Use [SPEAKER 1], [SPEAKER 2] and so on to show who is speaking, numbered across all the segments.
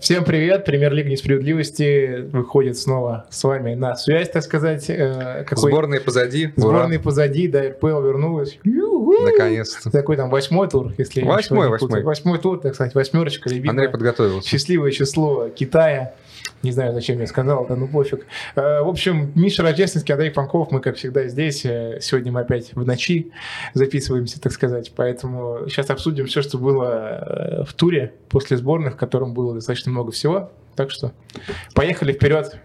[SPEAKER 1] Всем привет! Премьер Лига Несправедливости выходит снова с вами на связь, так сказать. Э, какой-
[SPEAKER 2] Сборная позади.
[SPEAKER 1] Сборная позади, да, РПЛ вернулась. Ю-ху!
[SPEAKER 2] Ура. Наконец-то.
[SPEAKER 1] Такой там восьмой тур, если я ничего не
[SPEAKER 2] Восьмой,
[SPEAKER 1] путаю.
[SPEAKER 2] восьмой.
[SPEAKER 1] Восьмой тур, так сказать, восьмерочка, любимая.
[SPEAKER 2] Андрей подготовился.
[SPEAKER 1] Счастливое число Китая. Не знаю, зачем я сказал, да ну пофиг. Э, В общем, Миша Рождественский, Андрей Панков, мы, как всегда, здесь. Э, Сегодня мы опять в ночи записываемся, так сказать. Поэтому сейчас обсудим все, что было э, в туре после сборных, в котором было достаточно много всего. Так что поехали вперед.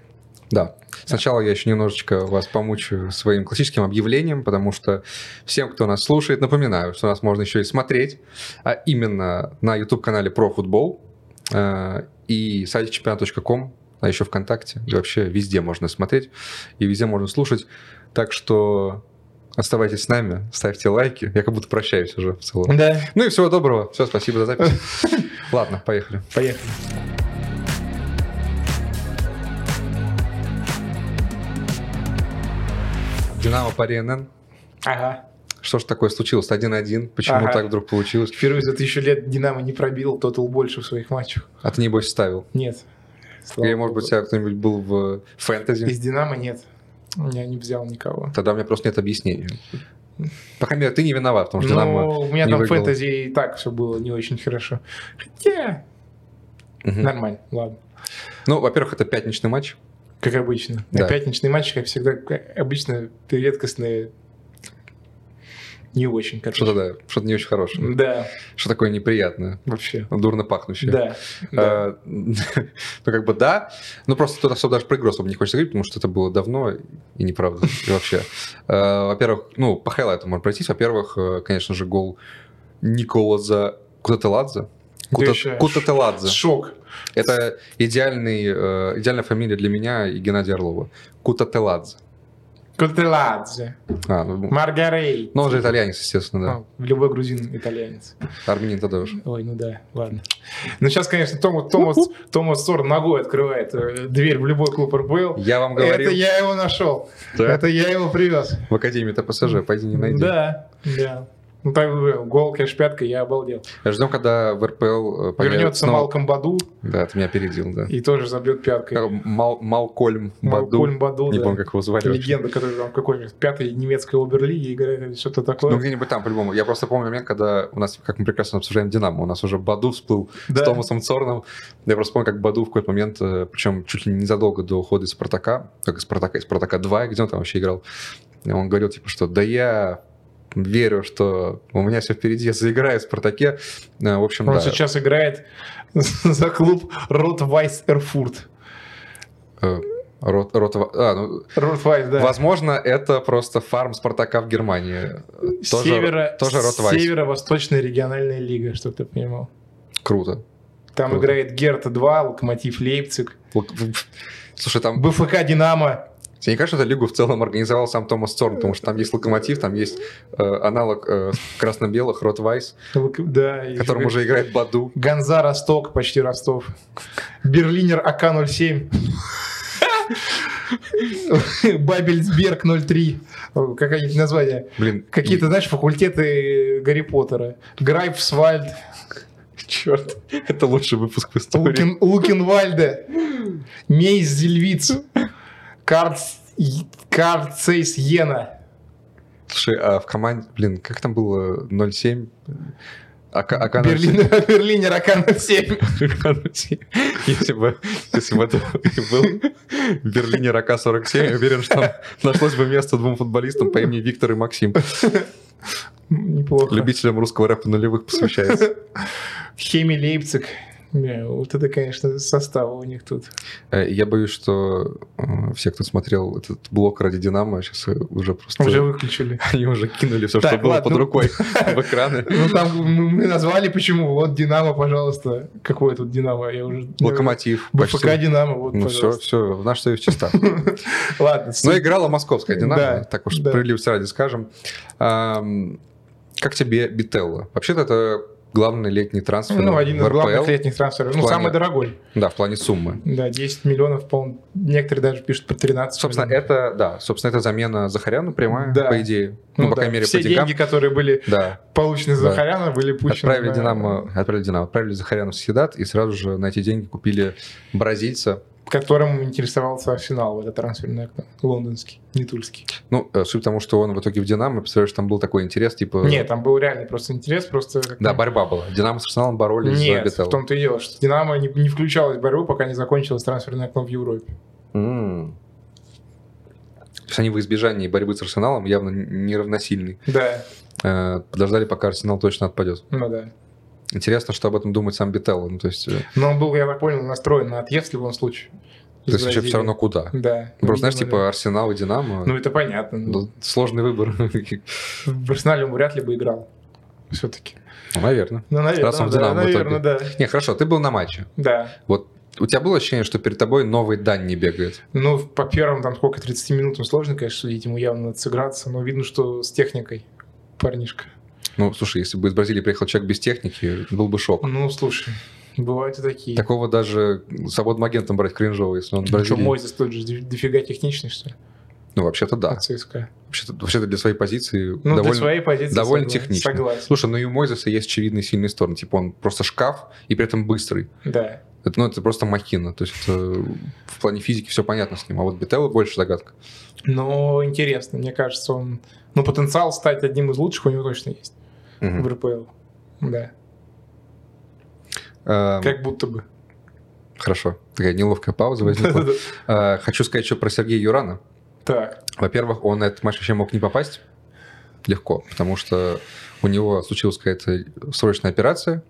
[SPEAKER 2] Да. Сначала я еще немножечко вас помучаю своим классическим объявлением, потому что всем, кто нас слушает, напоминаю, что нас можно еще и смотреть, а именно на YouTube-канале про футбол э, и сайте чемпионат.ком, а еще ВКонтакте, и вообще везде можно смотреть, и везде можно слушать. Так что оставайтесь с нами, ставьте лайки. Я как будто прощаюсь уже в целом.
[SPEAKER 1] Да.
[SPEAKER 2] Ну и всего доброго. Все, спасибо за запись. Ладно, поехали.
[SPEAKER 1] Поехали.
[SPEAKER 2] Динамо по РНН.
[SPEAKER 1] Ага.
[SPEAKER 2] Что ж такое случилось? 1-1. Почему
[SPEAKER 1] Ага.
[SPEAKER 2] так вдруг получилось?
[SPEAKER 1] Впервые за тысячу лет Динамо не пробил тотал больше в своих матчах.
[SPEAKER 2] А ты, небось, ставил.
[SPEAKER 1] Нет. Ну,
[SPEAKER 2] Или, может
[SPEAKER 1] э,
[SPEAKER 2] быть, у тебя кто-нибудь был в фэнтези?
[SPEAKER 1] Из Динамо нет. Я не взял никого.
[SPEAKER 2] Тогда у меня просто нет объяснения. По крайней мере, ты не виноват, потому что Динамо...
[SPEAKER 1] Ну, у меня
[SPEAKER 2] не
[SPEAKER 1] там
[SPEAKER 2] выиграл.
[SPEAKER 1] фэнтези и так все было не очень хорошо. Хотя,
[SPEAKER 2] Мгм.
[SPEAKER 1] нормально, ладно.
[SPEAKER 2] Ну, во-первых, это пятничный матч.
[SPEAKER 1] Как обычно.
[SPEAKER 2] Да.
[SPEAKER 1] Пятничные матчи, как всегда, как обычно ты редкостные не очень, короче.
[SPEAKER 2] Что-то, да, что-то не очень хорошее.
[SPEAKER 1] Да,
[SPEAKER 2] Что такое неприятное,
[SPEAKER 1] вообще.
[SPEAKER 2] дурно пахнущее.
[SPEAKER 1] Да, да.
[SPEAKER 2] Э, Ну, как бы да. Ну, просто тут особо даже про игру особо не хочется говорить, потому что это было давно и неправда и вообще. Э, Во-первых, ну, по хайлайту можно пройтись. Во-первых, э, конечно же, гол Николаза Кутателадзе.
[SPEAKER 1] Да
[SPEAKER 2] Кута-
[SPEAKER 1] еще
[SPEAKER 2] Кутателадзе.
[SPEAKER 1] Шок.
[SPEAKER 2] Это идеальный, э, идеальная фамилия для меня и Геннадия Орлова. Кутателадзе.
[SPEAKER 1] Котеладзе.
[SPEAKER 2] А, ну,
[SPEAKER 1] Маргарей.
[SPEAKER 2] ну, он же итальянец, естественно, да.
[SPEAKER 1] Ну, Любой грузин итальянец.
[SPEAKER 2] Армянин тогда уже.
[SPEAKER 1] Ой, ну да, ладно. Ну сейчас, конечно, Томас, Томас, Томас Сор ногой открывает э, дверь в любой клуб РПЛ.
[SPEAKER 2] Я вам
[SPEAKER 1] Это
[SPEAKER 2] говорил,
[SPEAKER 1] я его нашел.
[SPEAKER 2] Да.
[SPEAKER 1] Это я его привез.
[SPEAKER 2] в Академии ТПСЖ, пойди не найди.
[SPEAKER 1] Да, да. Ну, так э, гол, конечно, пятка, я обалдел.
[SPEAKER 2] Ждем, когда в РПЛ э, появится
[SPEAKER 1] Вернется
[SPEAKER 2] снова-
[SPEAKER 1] Малком Баду
[SPEAKER 2] Да, ты меня опередил, да.
[SPEAKER 1] и тоже забьет пяткой.
[SPEAKER 2] Как Мал- Малкольм Баду.
[SPEAKER 1] Малкольм Баду,
[SPEAKER 2] не
[SPEAKER 1] да.
[SPEAKER 2] помню, как его звали. вообще.
[SPEAKER 1] Легенда, которая там в какой-нибудь пятой немецкой оберлиге играет или что-то такое.
[SPEAKER 2] Ну, где-нибудь там, по-любому. Я просто помню момент, когда у нас, как мы прекрасно обсуждаем Динамо, у нас уже Баду всплыл
[SPEAKER 1] Да.
[SPEAKER 2] с Томасом Цорном. Я просто помню, как Баду в какой-то момент, э, причем чуть ли не незадолго до ухода из Спартака, как из Спартака, из Спартака 2, где он там вообще играл, он говорил, типа, что «да я верю, что у меня все впереди, я заиграю в Спартаке». Э, В общем,
[SPEAKER 1] Он
[SPEAKER 2] да.
[SPEAKER 1] сейчас играет за клуб Ротвайс Эрфурт.
[SPEAKER 2] Э, Рот, Ротова- а, ну,
[SPEAKER 1] Ротвайс, да.
[SPEAKER 2] Возможно, это просто фарм Спартака в Германии. Тоже,
[SPEAKER 1] Северо-
[SPEAKER 2] тоже Ротвайс.
[SPEAKER 1] Северо-восточная региональная лига, чтобы ты понимал.
[SPEAKER 2] Круто.
[SPEAKER 1] Там
[SPEAKER 2] Круто.
[SPEAKER 1] играет Герта 2, Локомотив Лейпциг,
[SPEAKER 2] Лук- Слушай, там...
[SPEAKER 1] БФК Динамо.
[SPEAKER 2] Тебе не кажется, что эту лигу в целом организовал сам Томас Цорн? Потому что там есть Локомотив, там есть э, аналог э, красно-белых, Ротвайс,
[SPEAKER 1] Лок- Да, и
[SPEAKER 2] в котором уже играет Баду.
[SPEAKER 1] Ганза Росток, почти Ростов. Берлинер АК-07. Бабельсберг 03. О, Какое-нибудь название.
[SPEAKER 2] Блин,
[SPEAKER 1] Какие-то, знаешь, факультеты Гарри Поттера. Грайпсвальд. Черт.
[SPEAKER 2] и- Это лучший выпуск в истории.
[SPEAKER 1] Лукенвальда. Мейс Зельвиц. Карц... Карцейс Йена.
[SPEAKER 2] Слушай, а в команде... Блин, как там было? 0-7? Ака- Ака-
[SPEAKER 1] Берлин- Берлинер АК-07.
[SPEAKER 2] Если бы, если бы это был Берлинер АК-47, я уверен, что там нашлось бы место двум футболистам по имени Виктор и Максим.
[SPEAKER 1] Неплохо.
[SPEAKER 2] Любителям русского рэпа нулевых посвящается.
[SPEAKER 1] Хеми Лейпциг. Не, вот это, конечно, составы у них тут.
[SPEAKER 2] Э, Я боюсь, что э, все, кто смотрел этот блок ради Динамо, сейчас уже просто...
[SPEAKER 1] Уже выключили.
[SPEAKER 2] Они уже кинули все,
[SPEAKER 1] Так,
[SPEAKER 2] что было
[SPEAKER 1] ладно,
[SPEAKER 2] под
[SPEAKER 1] ну-
[SPEAKER 2] рукой в экраны.
[SPEAKER 1] Ну, там мы мы назвали почему. Вот Динамо, пожалуйста. Какое тут Динамо? Я уже...
[SPEAKER 2] Локомотив.
[SPEAKER 1] БФК
[SPEAKER 2] почти.
[SPEAKER 1] Динамо, вот,
[SPEAKER 2] Ну все,
[SPEAKER 1] ну, пожалуйста.
[SPEAKER 2] все, в наш союз чиста.
[SPEAKER 1] Ладно. с-
[SPEAKER 2] Но играла московская Динамо,
[SPEAKER 1] Да,
[SPEAKER 2] так уж
[SPEAKER 1] да.
[SPEAKER 2] справедливости ради скажем. Ам, Как тебе Бителла? Вообще-то это главный летний трансфер
[SPEAKER 1] Ну, один из
[SPEAKER 2] в
[SPEAKER 1] главных
[SPEAKER 2] РПЛ.
[SPEAKER 1] летних трансферов.
[SPEAKER 2] В
[SPEAKER 1] Ну,
[SPEAKER 2] плане-
[SPEAKER 1] самый дорогой.
[SPEAKER 2] Да, в плане суммы.
[SPEAKER 1] Да, 10 миллионов, по некоторые даже пишут по 13
[SPEAKER 2] Собственно,
[SPEAKER 1] миллионов.
[SPEAKER 2] это, да, собственно, это замена Захаряна прямая,
[SPEAKER 1] Да.
[SPEAKER 2] по идее. Ну, по
[SPEAKER 1] да,
[SPEAKER 2] крайней мере,
[SPEAKER 1] все
[SPEAKER 2] по деньгам.
[SPEAKER 1] деньги, которые были
[SPEAKER 2] Да.
[SPEAKER 1] получены за
[SPEAKER 2] Да.
[SPEAKER 1] Захаряна, были пущены.
[SPEAKER 2] Отправили
[SPEAKER 1] на-
[SPEAKER 2] Динамо, отправили Динамо, отправили Захаряна в Схедат, и сразу же на эти деньги купили бразильца.
[SPEAKER 1] которым интересовался Арсенал в это трансферное окно. Лондонский, не тульский.
[SPEAKER 2] Ну, э, суть потому, что он в итоге в Динамо, представляешь, там был такой интерес, типа...
[SPEAKER 1] Нет, там был реальный просто интерес, просто... как-
[SPEAKER 2] Да, борьба была. Динамо с Арсеналом боролись
[SPEAKER 1] Нет,
[SPEAKER 2] за
[SPEAKER 1] в
[SPEAKER 2] BTL.
[SPEAKER 1] том-то и дело, что Динамо не, не включалось в борьбу, пока не закончилось трансферное окно в Европе.
[SPEAKER 2] М. То есть они в избежании борьбы с Арсеналом явно неравносильны.
[SPEAKER 1] Да,
[SPEAKER 2] Э, Подождали, пока Арсенал точно отпадет.
[SPEAKER 1] ну да.
[SPEAKER 2] Интересно, что об этом думает сам Бетел. Ну, то есть, э, то
[SPEAKER 1] Но он был, я так понял, настроен на отъезд в любом случае. из
[SPEAKER 2] есть вообще
[SPEAKER 1] Бразилии.
[SPEAKER 2] все равно куда.
[SPEAKER 1] Да.
[SPEAKER 2] Просто, знаешь,
[SPEAKER 1] Видимо,
[SPEAKER 2] типа
[SPEAKER 1] да.
[SPEAKER 2] Арсенал и Динамо.
[SPEAKER 1] Ну это понятно. Ну,
[SPEAKER 2] Ну, сложный выбор.
[SPEAKER 1] В Арсенале он вряд ли бы играл. Все-таки.
[SPEAKER 2] Ну, Наверное.
[SPEAKER 1] Ну, наверное,
[SPEAKER 2] Раз он в
[SPEAKER 1] да,
[SPEAKER 2] «Динамо» в итоге.
[SPEAKER 1] наверное, да.
[SPEAKER 2] Не, хорошо, ты был на матче.
[SPEAKER 1] Да.
[SPEAKER 2] Вот у тебя было ощущение, что перед тобой новый Дань не бегает?
[SPEAKER 1] Ну, в- по первым, там, сколько, 30 минутам сложно, конечно, судить, ему явно надо сыграться, но видно, что с техникой парнишка.
[SPEAKER 2] Ну, слушай, если бы из Бразилии приехал человек без техники, был бы шок.
[SPEAKER 1] Ну, слушай, бывают и такие.
[SPEAKER 2] Такого даже свободным агентом брать кринжово, если он в
[SPEAKER 1] Ну, что,
[SPEAKER 2] Бразилии.
[SPEAKER 1] Мойзес тот же д- дофига техничный, что ли,
[SPEAKER 2] Ну, вообще-то да.
[SPEAKER 1] от ЦСКА?
[SPEAKER 2] Вообще-то вообще-то для своей позиции
[SPEAKER 1] Ну,
[SPEAKER 2] довольно...
[SPEAKER 1] для своей позиции
[SPEAKER 2] довольно
[SPEAKER 1] согласен.
[SPEAKER 2] технично.
[SPEAKER 1] Согласен,
[SPEAKER 2] Слушай, ну и у Мойзеса есть очевидные сильные стороны. Типа он просто шкаф и при этом быстрый.
[SPEAKER 1] да.
[SPEAKER 2] Это, ну, это просто махина. То есть это в плане физики все понятно с ним. А вот Бетелла больше загадка.
[SPEAKER 1] Но интересно, мне кажется, он... Ну, потенциал стать одним из лучших у него точно есть в
[SPEAKER 2] Мгм.
[SPEAKER 1] РПЛ. Да,
[SPEAKER 2] Эм,
[SPEAKER 1] как будто бы.
[SPEAKER 2] Хорошо. Такая неловкая пауза возникла. Э, Хочу сказать еще про Сергея Юрана.
[SPEAKER 1] Так,
[SPEAKER 2] Во-первых, он на этот матч вообще мог не попасть легко, потому что у него случилась какая-то срочная операция.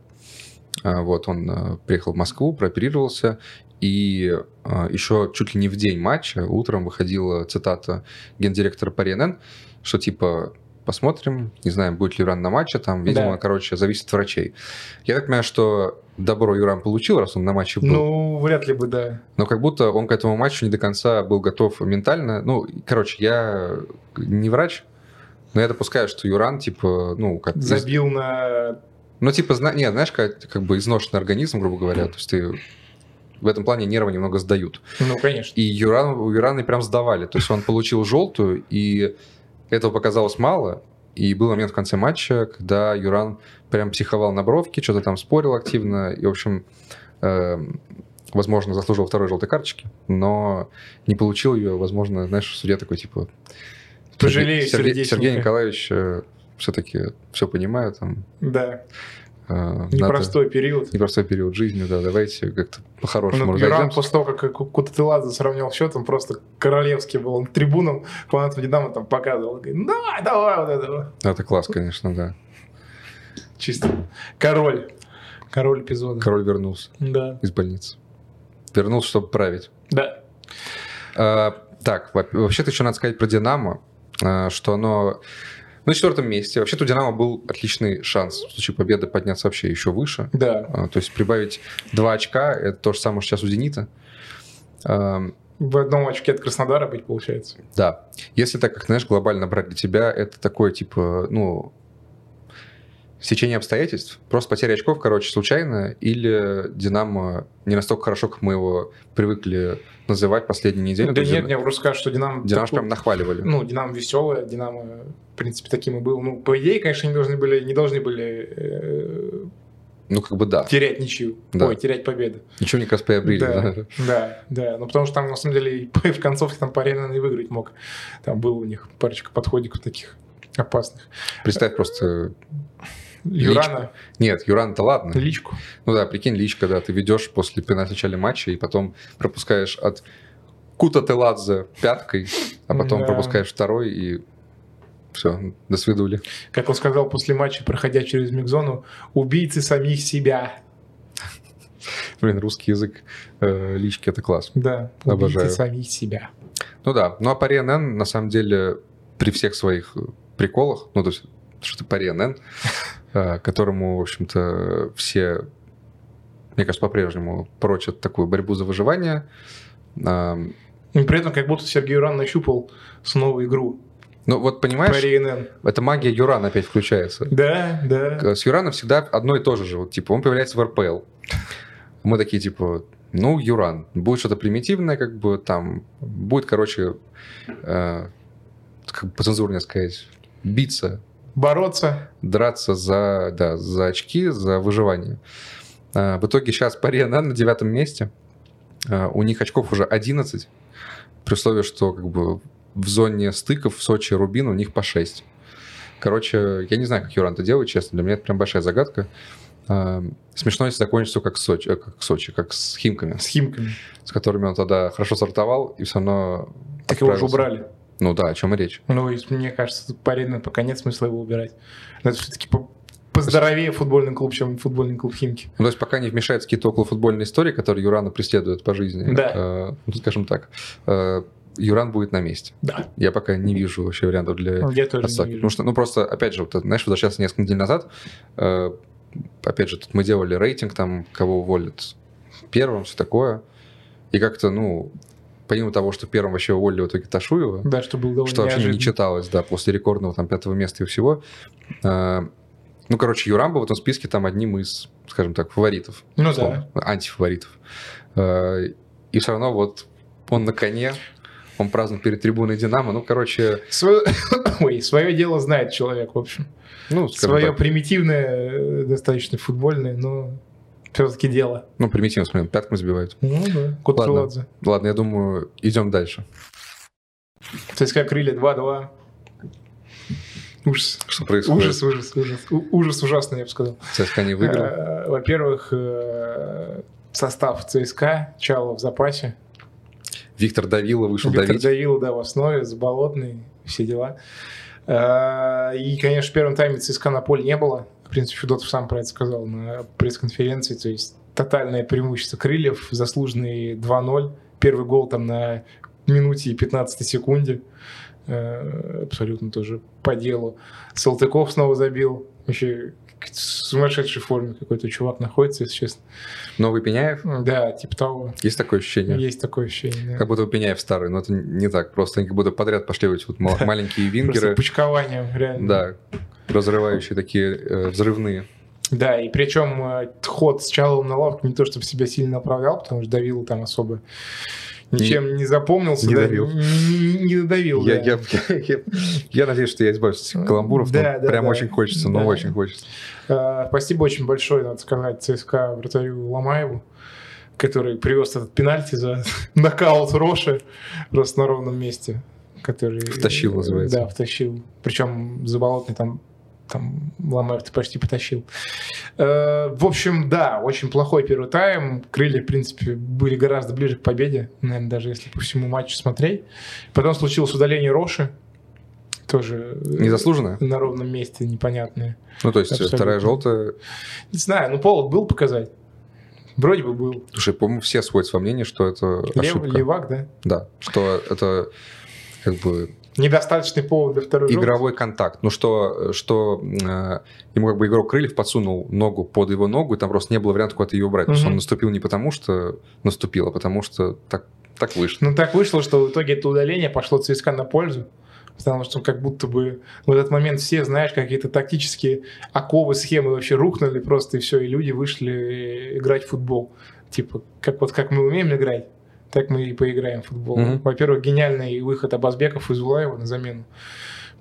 [SPEAKER 2] А, Вот, он э, приехал в Москву, прооперировался, и э, еще чуть ли не в день матча утром выходила цитата гендиректора по РНН, что типа посмотрим, не знаем, будет ли Юран на матче, там, видимо,
[SPEAKER 1] Да.
[SPEAKER 2] короче, зависит от врачей. Я так понимаю, что добро Юран получил, раз он на матче был.
[SPEAKER 1] ну, вряд ли бы, да.
[SPEAKER 2] Но как будто он к этому матчу не до конца был готов ментально. Ну, и, короче, я не врач, но я допускаю, что Юран, типа, ну, как...
[SPEAKER 1] Забил на...
[SPEAKER 2] Ну, типа, зна... не, знаешь, как, как бы изношенный организм, грубо говоря. То есть ты... В этом плане нервы немного сдают.
[SPEAKER 1] Ну, конечно.
[SPEAKER 2] И Юран, у Юрана и прям сдавали. То есть он получил желтую, и этого показалось мало. И был момент в конце матча, когда Юран прям психовал на бровке, что-то там спорил активно. И, в общем, эм, возможно, заслужил второй желтой карточки, но не получил ее. Возможно, знаешь, судья такой, типа...
[SPEAKER 1] Пожалею
[SPEAKER 2] Сергей,
[SPEAKER 1] сердечненько».
[SPEAKER 2] Сергей Николаевич все-таки все понимаю, там...
[SPEAKER 1] Да,
[SPEAKER 2] э, надо-
[SPEAKER 1] непростой период.
[SPEAKER 2] непростой период жизни, да, давайте как-то по-хорошему
[SPEAKER 1] Ну, Юран
[SPEAKER 2] разойдемся.
[SPEAKER 1] после того, как Ку- Кутатыладзе сравнял счет, он просто королевский был. Он трибунам фанатам Динамо там показывал. Говорит, давай, давай, вот это. вот».
[SPEAKER 2] Ну, Это класс, конечно, да.
[SPEAKER 1] Чисто. Король. Король эпизода.
[SPEAKER 2] Король вернулся.
[SPEAKER 1] Да.
[SPEAKER 2] из больницы. Вернулся, чтобы править.
[SPEAKER 1] Да.
[SPEAKER 2] А, так, во- вообще-то еще надо сказать про «Динамо», а, что оно на четвертом месте. Вообще-то у «Динамо» был отличный шанс в случае победы подняться вообще еще выше.
[SPEAKER 1] Да.
[SPEAKER 2] А, то есть прибавить два очка – это то же самое, что сейчас у «Зенита». А, Ам,
[SPEAKER 1] В одном очке от Краснодара быть получается.
[SPEAKER 2] да. Если так, как, знаешь, глобально брать для тебя, это такое, типа, ну, стечение обстоятельств, просто потеря очков, короче, случайно, или «Динамо» не настолько хорошо, как мы его привыкли называть последние недели. То
[SPEAKER 1] да
[SPEAKER 2] есть
[SPEAKER 1] нет,
[SPEAKER 2] «Дина-
[SPEAKER 1] мне просто кажется, что Динамо...
[SPEAKER 2] Динамо ж
[SPEAKER 1] такой-
[SPEAKER 2] прям нахваливали.
[SPEAKER 1] Ну, Динамо веселое, Динамо, в принципе, таким и был. Ну, по идее, конечно, не должны были, не должны были
[SPEAKER 2] Ну, как бы да.
[SPEAKER 1] э, терять ничью.
[SPEAKER 2] Да.
[SPEAKER 1] Ой, терять победу.
[SPEAKER 2] Ничего мне кажется, приобрели.
[SPEAKER 1] Да,
[SPEAKER 2] да.
[SPEAKER 1] да, да. Ну, потому что там, на самом деле, и в концовке там Паренин и выиграть мог. Там было у них парочка подходиков таких опасных.
[SPEAKER 2] Представь просто...
[SPEAKER 1] Юрана,
[SPEAKER 2] Нет, Юран-то ладно.
[SPEAKER 1] личку.
[SPEAKER 2] Ну да, прикинь, лич, когда ты ведешь после пена в начале матча и потом пропускаешь от Кута Теладзе пяткой, а потом
[SPEAKER 1] Да.
[SPEAKER 2] пропускаешь второй и все, до свидули.
[SPEAKER 1] Как он сказал после матча, проходя через Мигзону, убийцы самих себя.
[SPEAKER 2] Блин, русский язык э, лички — это класс.
[SPEAKER 1] Да,
[SPEAKER 2] Обожаю.
[SPEAKER 1] убийцы самих себя.
[SPEAKER 2] Ну да, ну а Пари НН, на самом деле, при всех своих э, приколах, ну то есть, что ты Пари НН, э, которому, в общем-то, все, мне кажется, по-прежнему прочат такую борьбу за выживание, эм,
[SPEAKER 1] И при этом как будто Сергей Юран нащупал снова игру.
[SPEAKER 2] Ну вот понимаешь,
[SPEAKER 1] Про РНН.
[SPEAKER 2] это магия Юрана опять включается.
[SPEAKER 1] Да, да.
[SPEAKER 2] К- э, С Юраном всегда одно и то же же. Вот, типа, он появляется в РПЛ. Мы такие, типа, ну, Юран. Будет что-то примитивное, как бы там. Будет, короче, э, как бы поцензурнее сказать, биться,
[SPEAKER 1] Бороться.
[SPEAKER 2] драться за, да, за очки, за выживание. А, в итоге сейчас паре на девятом месте. А, у них очков уже 11, при условии, что как бы в зоне стыков в Сочи и Рубин у них по 6. Короче, я не знаю, как Юран это делает, честно. Для меня это прям большая загадка. А, Смешно, если закончится как Сочи, э, как Сочи, как с Химками,
[SPEAKER 1] С химками.
[SPEAKER 2] с которыми он тогда хорошо сортовал, и все равно...
[SPEAKER 1] Так его же
[SPEAKER 2] отправился.
[SPEAKER 1] убрали.
[SPEAKER 2] Ну да, о чем и речь.
[SPEAKER 1] Ну, и мне кажется, Парина пока нет смысла его убирать. Но это все-таки по- поздоровее футбольный клуб, чем футбольный клуб Химки.
[SPEAKER 2] Ну, то есть пока не вмешаются какие-то околофутбольные истории, которые Юрана преследуют по жизни,
[SPEAKER 1] Да.
[SPEAKER 2] э, ну, скажем так, э, Юран будет на месте.
[SPEAKER 1] Да. ну,
[SPEAKER 2] Я пока не вижу вообще вариантов для
[SPEAKER 1] Я тоже
[SPEAKER 2] отставки.
[SPEAKER 1] не вижу.
[SPEAKER 2] Потому что, Э, ну, просто, опять же, вот, знаешь, возвращаться несколько недель назад, э, опять же, тут мы делали рейтинг, там, кого уволят первым, все такое. И как-то, ну, помимо того, что первым вообще уволили в итоге Ташуева,
[SPEAKER 1] Да, что было довольно
[SPEAKER 2] что вообще не
[SPEAKER 1] неожиданно.
[SPEAKER 2] читалось, да, после рекордного там пятого места и всего. Э, Ну, короче, Юран был в этом списке там одним из, скажем так, фаворитов.
[SPEAKER 1] Ну
[SPEAKER 2] условно, Антифаворитов. Э, И все равно вот он на коне, он празднует перед трибуной «Динамо». Ну,
[SPEAKER 1] да.
[SPEAKER 2] короче,
[SPEAKER 1] Своё- Ой, свое дело знает человек, в общем.
[SPEAKER 2] ну, скажем
[SPEAKER 1] Свое
[SPEAKER 2] так,
[SPEAKER 1] примитивное, э, достаточно футбольное, но все-таки дело.
[SPEAKER 2] ну, примитивно, смотри, пятками забивают.
[SPEAKER 1] Ну да. Кутуладзе.
[SPEAKER 2] Ладно, я думаю, идем дальше.
[SPEAKER 1] ЦСКА крылья 2-2. Ужас.
[SPEAKER 2] Что происходит?
[SPEAKER 1] Ужас, ужас, ужас. У- Ужас ужасный, я бы сказал.
[SPEAKER 2] ЦСКА не выиграл.
[SPEAKER 1] Э, Во-первых, э, состав ЦСКА, Чало в запасе.
[SPEAKER 2] Виктор Давила вышел
[SPEAKER 1] Виктор
[SPEAKER 2] давить.
[SPEAKER 1] Давилов, да, в основе, Заболотный, все дела. Э, И, конечно, в первом тайме ЦСКА на поле не было. В принципе, Федотов сам про это сказал на пресс-конференции. То есть тотальное преимущество крыльев, заслуженный 2-0. Первый гол там на минуте и 15 секунде. Э, Абсолютно тоже по делу. Салтыков снова забил. Вообще к- в сумасшедшей форме какой-то чувак находится, если честно.
[SPEAKER 2] Новый Пеняев.
[SPEAKER 1] Да, типа того.
[SPEAKER 2] Есть такое ощущение?
[SPEAKER 1] Есть такое ощущение. да.
[SPEAKER 2] Как будто Пеняев старый, но это не так. Просто они как будто подряд пошли вот эти вот мал- маленькие
[SPEAKER 1] Просто
[SPEAKER 2] вингеры.
[SPEAKER 1] пучкованием, реально.
[SPEAKER 2] Да, разрывающие такие э, взрывные.
[SPEAKER 1] Да, и причем э, ход с Чаловым на лавку не то, чтобы себя сильно оправдал, потому что давил там особо ничем не запомнился.
[SPEAKER 2] не
[SPEAKER 1] да,
[SPEAKER 2] давил.
[SPEAKER 1] Не, не додавил,
[SPEAKER 2] Я,
[SPEAKER 1] да.
[SPEAKER 2] я- я- я- я надеюсь, что я избавлюсь от этих каламбуров. но
[SPEAKER 1] Да, да,
[SPEAKER 2] прям
[SPEAKER 1] да.
[SPEAKER 2] очень хочется, но
[SPEAKER 1] Да.
[SPEAKER 2] очень хочется.
[SPEAKER 1] Э, спасибо очень большое, надо сказать, ЦСКА вратарю Ломаеву, который привез этот пенальти за нокаут Роши просто на ровном месте. Который, э,
[SPEAKER 2] Втащил, называется.
[SPEAKER 1] Да, втащил. Причем Заболотный там, там Ломаев-то почти потащил. Э, в общем, да, очень плохой первый тайм. Крылья, в принципе, были гораздо ближе к победе, наверное, даже если по всему матчу смотреть. Потом случилось удаление Роши. Тоже э,
[SPEAKER 2] Незаслуженно?
[SPEAKER 1] на ровном месте непонятное.
[SPEAKER 2] Ну, то есть,
[SPEAKER 1] Абсолютно.
[SPEAKER 2] вторая желтая.
[SPEAKER 1] Не знаю, ну повод был показать. Вроде бы был.
[SPEAKER 2] Слушай, по-моему, все сходятся во мнении, что это
[SPEAKER 1] Лев-
[SPEAKER 2] ошибка.
[SPEAKER 1] левак, да?
[SPEAKER 2] Да, что это как бы
[SPEAKER 1] Недостаточный повод для второй желтой.
[SPEAKER 2] игровой контакт. Ну, что, что э, ему как бы игрок Крыльев подсунул ногу под его ногу, и там просто не было варианта куда-то ее убрать. То есть
[SPEAKER 1] Мгм.
[SPEAKER 2] он наступил не потому, что наступил, а потому что так, так вышло.
[SPEAKER 1] Ну так вышло, что в итоге это удаление пошло ЦСКА на пользу. Потому что как будто бы в этот момент все, знаешь, какие-то тактические оковы, схемы вообще рухнули просто, и все, и люди вышли э, играть в футбол. Типа, как вот как мы умеем играть, так мы и поиграем в футбол.
[SPEAKER 2] Мгм.
[SPEAKER 1] Во-первых, гениальный выход Абазбеков и Зулаева на замену.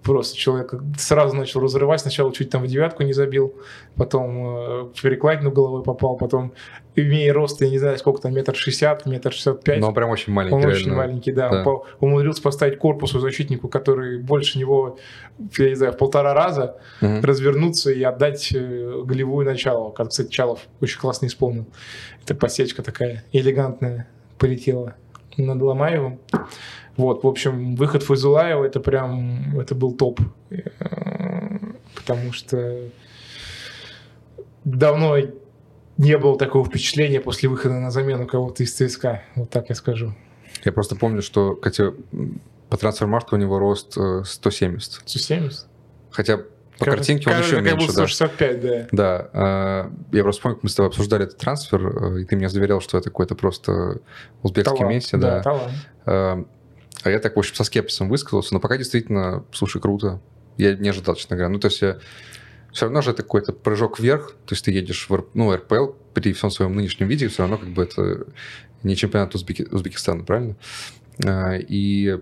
[SPEAKER 1] Просто человек сразу начал разрывать. Сначала чуть там в девятку не забил, потом э, в перекладину головой попал, потом, имея рост, я не знаю, сколько там, метр шестьдесят, метр шестьдесят пять.
[SPEAKER 2] Но он прям очень маленький,
[SPEAKER 1] Он очень
[SPEAKER 2] реально.
[SPEAKER 1] маленький, да.
[SPEAKER 2] Да.
[SPEAKER 1] Он по- умудрился поставить корпусу защитнику, который больше него, я не знаю, в полтора раза,
[SPEAKER 2] Мгм.
[SPEAKER 1] развернуться и отдать э, голевую начало. Как, кстати, Чалов очень классно исполнил. Это посечка такая элегантная полетела над Ломаевым. Вот, в общем, выход Файзулаева, это прям, это был топ. Э, Потому что давно не было такого впечатления после выхода на замену кого-то из ЦСКА. Вот так я скажу.
[SPEAKER 2] Я просто помню, что хотя м, по трансформарту у него рост э, 170.
[SPEAKER 1] 170?
[SPEAKER 2] Хотя по
[SPEAKER 1] Кажется-
[SPEAKER 2] картинке он
[SPEAKER 1] кажется,
[SPEAKER 2] еще
[SPEAKER 1] как будто
[SPEAKER 2] меньше, да.
[SPEAKER 1] 165, да.
[SPEAKER 2] Да, э, я просто помню, как мы с тобой обсуждали этот трансфер, э, и ты меня заверял, что это какой-то просто э, узбекский
[SPEAKER 1] Талант.
[SPEAKER 2] месси, да.
[SPEAKER 1] талант.
[SPEAKER 2] Э, А я так, в общем, со скепсисом высказался, но пока действительно, слушай, круто. Я не ожидал, честно говоря. Ну, то есть я... Все равно же это какой-то прыжок вверх, то есть ты едешь в ну, РПЛ при всем своем нынешнем виде, все равно как бы это не чемпионат Узбеки... Узбекистана, правильно? А, и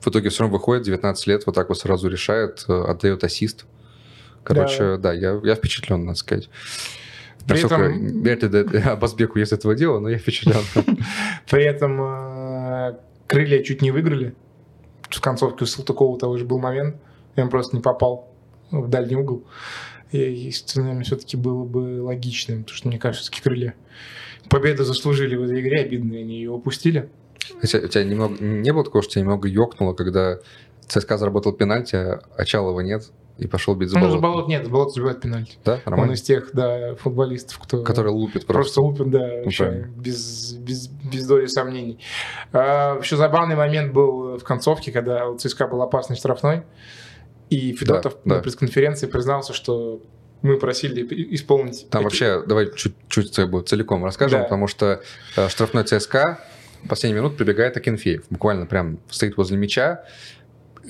[SPEAKER 2] в итоге все равно выходит, 19 лет, вот так вот сразу решает, э, отдает ассист. Короче, да, да я, я впечатлен, надо сказать. При Насколько этом... верьте да, Абазбеку из этого дела, но я впечатлен.
[SPEAKER 1] При этом э, крылья чуть не выиграли. В концовке у Салтыкова того же был момент. Он просто не попал в дальний угол. И, наверное, все-таки было бы логичным, потому что, мне кажется, все-таки крылья победу заслужили в этой игре, обидно, они ее упустили.
[SPEAKER 2] Хотя у тебя немного, не было такого, что тебя немного ёкнуло, когда ЦСКА заработал пенальти, а Чалова нет, и пошел бить Заболот.
[SPEAKER 1] Ну, Заболот нет, Заболот забивает пенальти.
[SPEAKER 2] Да,
[SPEAKER 1] нормально. Он из тех, да, футболистов, кто...
[SPEAKER 2] Которые лупят
[SPEAKER 1] просто. Просто лупят, да, ну, вообще, правильно. без, без, без доли сомнений. А, еще забавный момент был в концовке, когда у ЦСКА был опасный штрафной, и Федотов
[SPEAKER 2] Да,
[SPEAKER 1] на
[SPEAKER 2] да.
[SPEAKER 1] пресс-конференции признался, что мы просили исполнить...
[SPEAKER 2] Там
[SPEAKER 1] эти-
[SPEAKER 2] вообще, давай чуть-чуть цебу целиком расскажем,
[SPEAKER 1] Да.
[SPEAKER 2] потому что э, штрафной ЦСКА в последний минут прибегает Акинфеев. Буквально прям стоит возле мяча.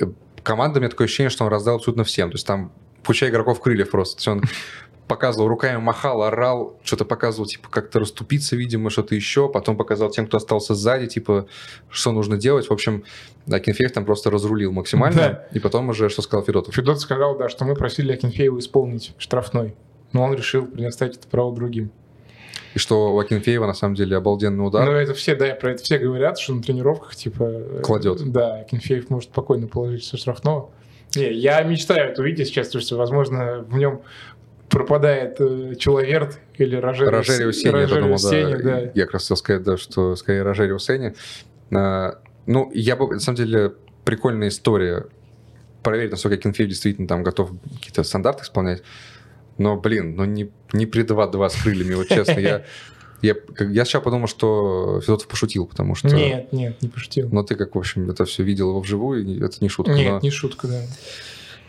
[SPEAKER 2] Э, Команда, у меня такое ощущение, что он раздал абсолютно всем. То есть там куча игроков крыльев просто. То есть он показывал руками, махал, орал, что-то показывал, типа, как-то расступиться, видимо, что-то еще. Потом показал тем, кто остался сзади, типа, что нужно делать. В общем, Акинфеев там просто разрулил максимально.
[SPEAKER 1] Да.
[SPEAKER 2] И потом уже, что сказал Федотов.
[SPEAKER 1] Федот сказал, да, что мы просили Акинфеева исполнить штрафной, но он решил предоставить это право другим.
[SPEAKER 2] И что у Акинфеева на самом деле обалденный удар.
[SPEAKER 1] Но это все, да, про это все говорят, что на тренировках, типа... э,
[SPEAKER 2] Кладет.
[SPEAKER 1] Да, Акинфеев может спокойно положить со штрафного. Не, я мечтаю это увидеть сейчас, потому что, возможно, в нем пропадает э, Человерт или Рожерио
[SPEAKER 2] Рожерио Сеня, я
[SPEAKER 1] Рожерио
[SPEAKER 2] подумал,
[SPEAKER 1] Сеня,
[SPEAKER 2] да.
[SPEAKER 1] да.
[SPEAKER 2] Я как раз хотел сказать, да, что скорее Рожерио Сеня. А, ну, я бы, на самом деле, прикольная история. Проверить, насколько Кенфеев действительно там готов какие-то стандарты исполнять. Но, блин, ну не, не при 2-2 с крыльями, вот честно. Я, я, я сейчас подумал, что Федотов пошутил, потому что... Ну,
[SPEAKER 1] Нет, нет, не пошутил.
[SPEAKER 2] Но ты как, в общем, это все видел его вживую, и это не шутка. но-
[SPEAKER 1] Нет, не шутка, да.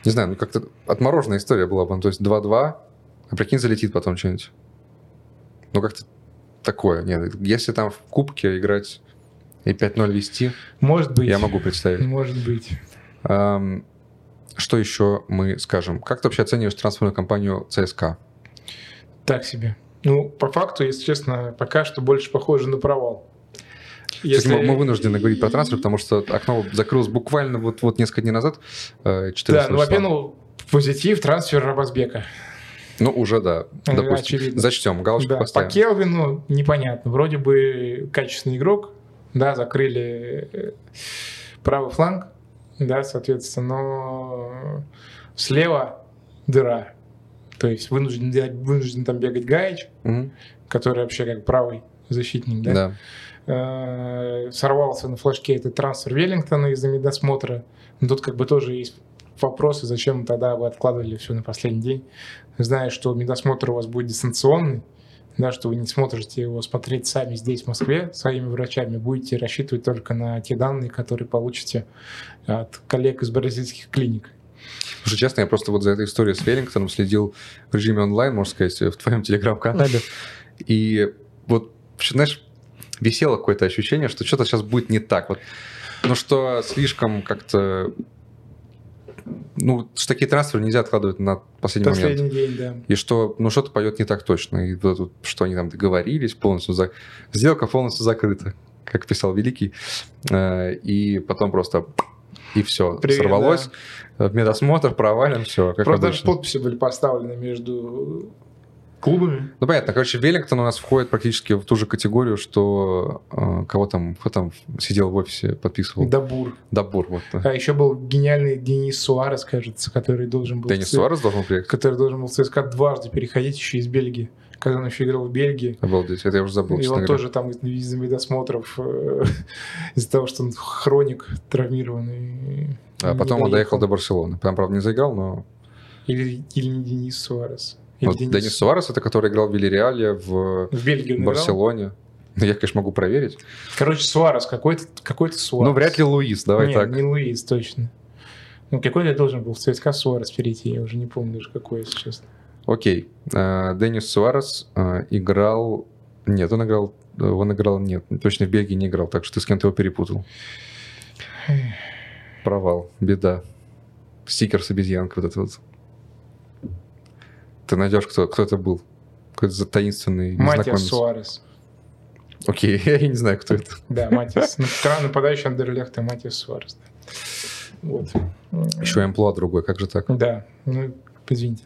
[SPEAKER 2] не знаю, ну как-то отмороженная история была бы. Ну, то есть 2-2, а прикинь, залетит потом что-нибудь. Ну как-то такое. Нет, если там в кубке играть и 5-0 вести,
[SPEAKER 1] Может быть.
[SPEAKER 2] я могу представить.
[SPEAKER 1] Может быть.
[SPEAKER 2] Ам, что еще мы скажем? Как ты вообще оцениваешь трансферную кампанию ЦСКА?
[SPEAKER 1] Так себе. Ну, по факту, если честно, пока что больше похоже на провал.
[SPEAKER 2] Кстати, мы, мы вынуждены говорить про трансфер, потому что окно закрылось буквально вот, вот несколько дней назад, э, 14
[SPEAKER 1] Да, ну,
[SPEAKER 2] числа.
[SPEAKER 1] во-первых, позитив трансфер Рабазбека.
[SPEAKER 2] Ну, уже, да,
[SPEAKER 1] Ну,
[SPEAKER 2] допустим.
[SPEAKER 1] очевидно.
[SPEAKER 2] Зачтем, галочку
[SPEAKER 1] Да, по
[SPEAKER 2] поставим.
[SPEAKER 1] Келвину непонятно. Вроде бы качественный игрок, да, закрыли э, правый фланг, да, соответственно, но слева дыра. То есть вынужден, де- вынужден там бегать Гаич,
[SPEAKER 2] Мгм,
[SPEAKER 1] который вообще как правый защитник, да,
[SPEAKER 2] да.
[SPEAKER 1] Э, сорвался на флажке этот трансфер Веллингтона из-за недосмотра. Но тут как бы тоже есть вопросы, зачем тогда вы откладывали все на последний день, зная, что медосмотр у вас будет дистанционный, да, что вы не сможете его смотреть сами здесь, в Москве, своими врачами, будете рассчитывать только на те данные, которые получите от коллег из бразильских клиник.
[SPEAKER 2] Слушай, честно, я просто вот за этой историей с Веллингтоном следил в режиме онлайн, можно сказать, в твоем телеграм-канале. И вот, знаешь, висело какое-то ощущение, что что-то сейчас будет не так. Вот. Ну что слишком как-то... Ну, что такие трансферы нельзя откладывать на последний, момент.
[SPEAKER 1] Последний день, да.
[SPEAKER 2] И что, ну, что-то поет не так точно. И вот, вот что они там договорились полностью. за- Сделка полностью закрыта, как писал Великий. Э, И потом просто... И все,
[SPEAKER 1] Привет,
[SPEAKER 2] сорвалось. Медосмотр провален, все. Как
[SPEAKER 1] Просто даже
[SPEAKER 2] обычно.
[SPEAKER 1] подписи были поставлены между клубами.
[SPEAKER 2] Ну, понятно. Короче, Веллингтон у нас входит практически в ту же категорию, что э, кого там, кто там сидел в офисе, подписывал?
[SPEAKER 1] Дабур.
[SPEAKER 2] Дабур. Вот.
[SPEAKER 1] А еще был гениальный Денис Суарес, кажется, который должен был...
[SPEAKER 2] Денис
[SPEAKER 1] в ЦСКА
[SPEAKER 2] Суарес должен приехать?
[SPEAKER 1] Который должен был в ЦСКА дважды переходить еще из Бельгии, когда он еще играл в Бельгии.
[SPEAKER 2] Обалдеть, это я уже забыл,
[SPEAKER 1] И
[SPEAKER 2] честно
[SPEAKER 1] он
[SPEAKER 2] говоря.
[SPEAKER 1] тоже там из- из-за медосмотров, э, из-за того, что он хроник травмированный.
[SPEAKER 2] А
[SPEAKER 1] не
[SPEAKER 2] потом он
[SPEAKER 1] доехал.
[SPEAKER 2] доехал до Барселоны. Там, правда, не заиграл, но...
[SPEAKER 1] Или, или не Денис Суарес. Или
[SPEAKER 2] Вот Ну, Денис... Суарес, это который играл в Вильяреале, в
[SPEAKER 1] В Бельгии он играл.
[SPEAKER 2] Барселоне. Ну, Я, конечно, могу проверить.
[SPEAKER 1] Короче, Суарес, какой-то какой Суарес.
[SPEAKER 2] Ну, вряд ли Луис, давай
[SPEAKER 1] Нет,
[SPEAKER 2] так.
[SPEAKER 1] не Луис, точно. Ну, какой-то должен был в ЦСКА Суарес перейти, я уже не помню даже какой, если честно.
[SPEAKER 2] Окей. Э, Денис Суарес э, играл... Нет, он играл... э, Он играл... Нет, точно в Бельгии не играл, так что ты с кем-то его перепутал. Провал, беда. Стикер с обезьянкой вот это вот. Ты найдешь, кто, кто это был. Какой-то за- таинственный
[SPEAKER 1] Матиас
[SPEAKER 2] незнакомец.
[SPEAKER 1] Суарес.
[SPEAKER 2] Окей, я не знаю, кто это.
[SPEAKER 1] Да, Матиас. Ну, второй нападающий Андерлехта Матиас Суарес. да. Вот.
[SPEAKER 2] Еще амплуа другой, как же так?
[SPEAKER 1] Да, ну, извините.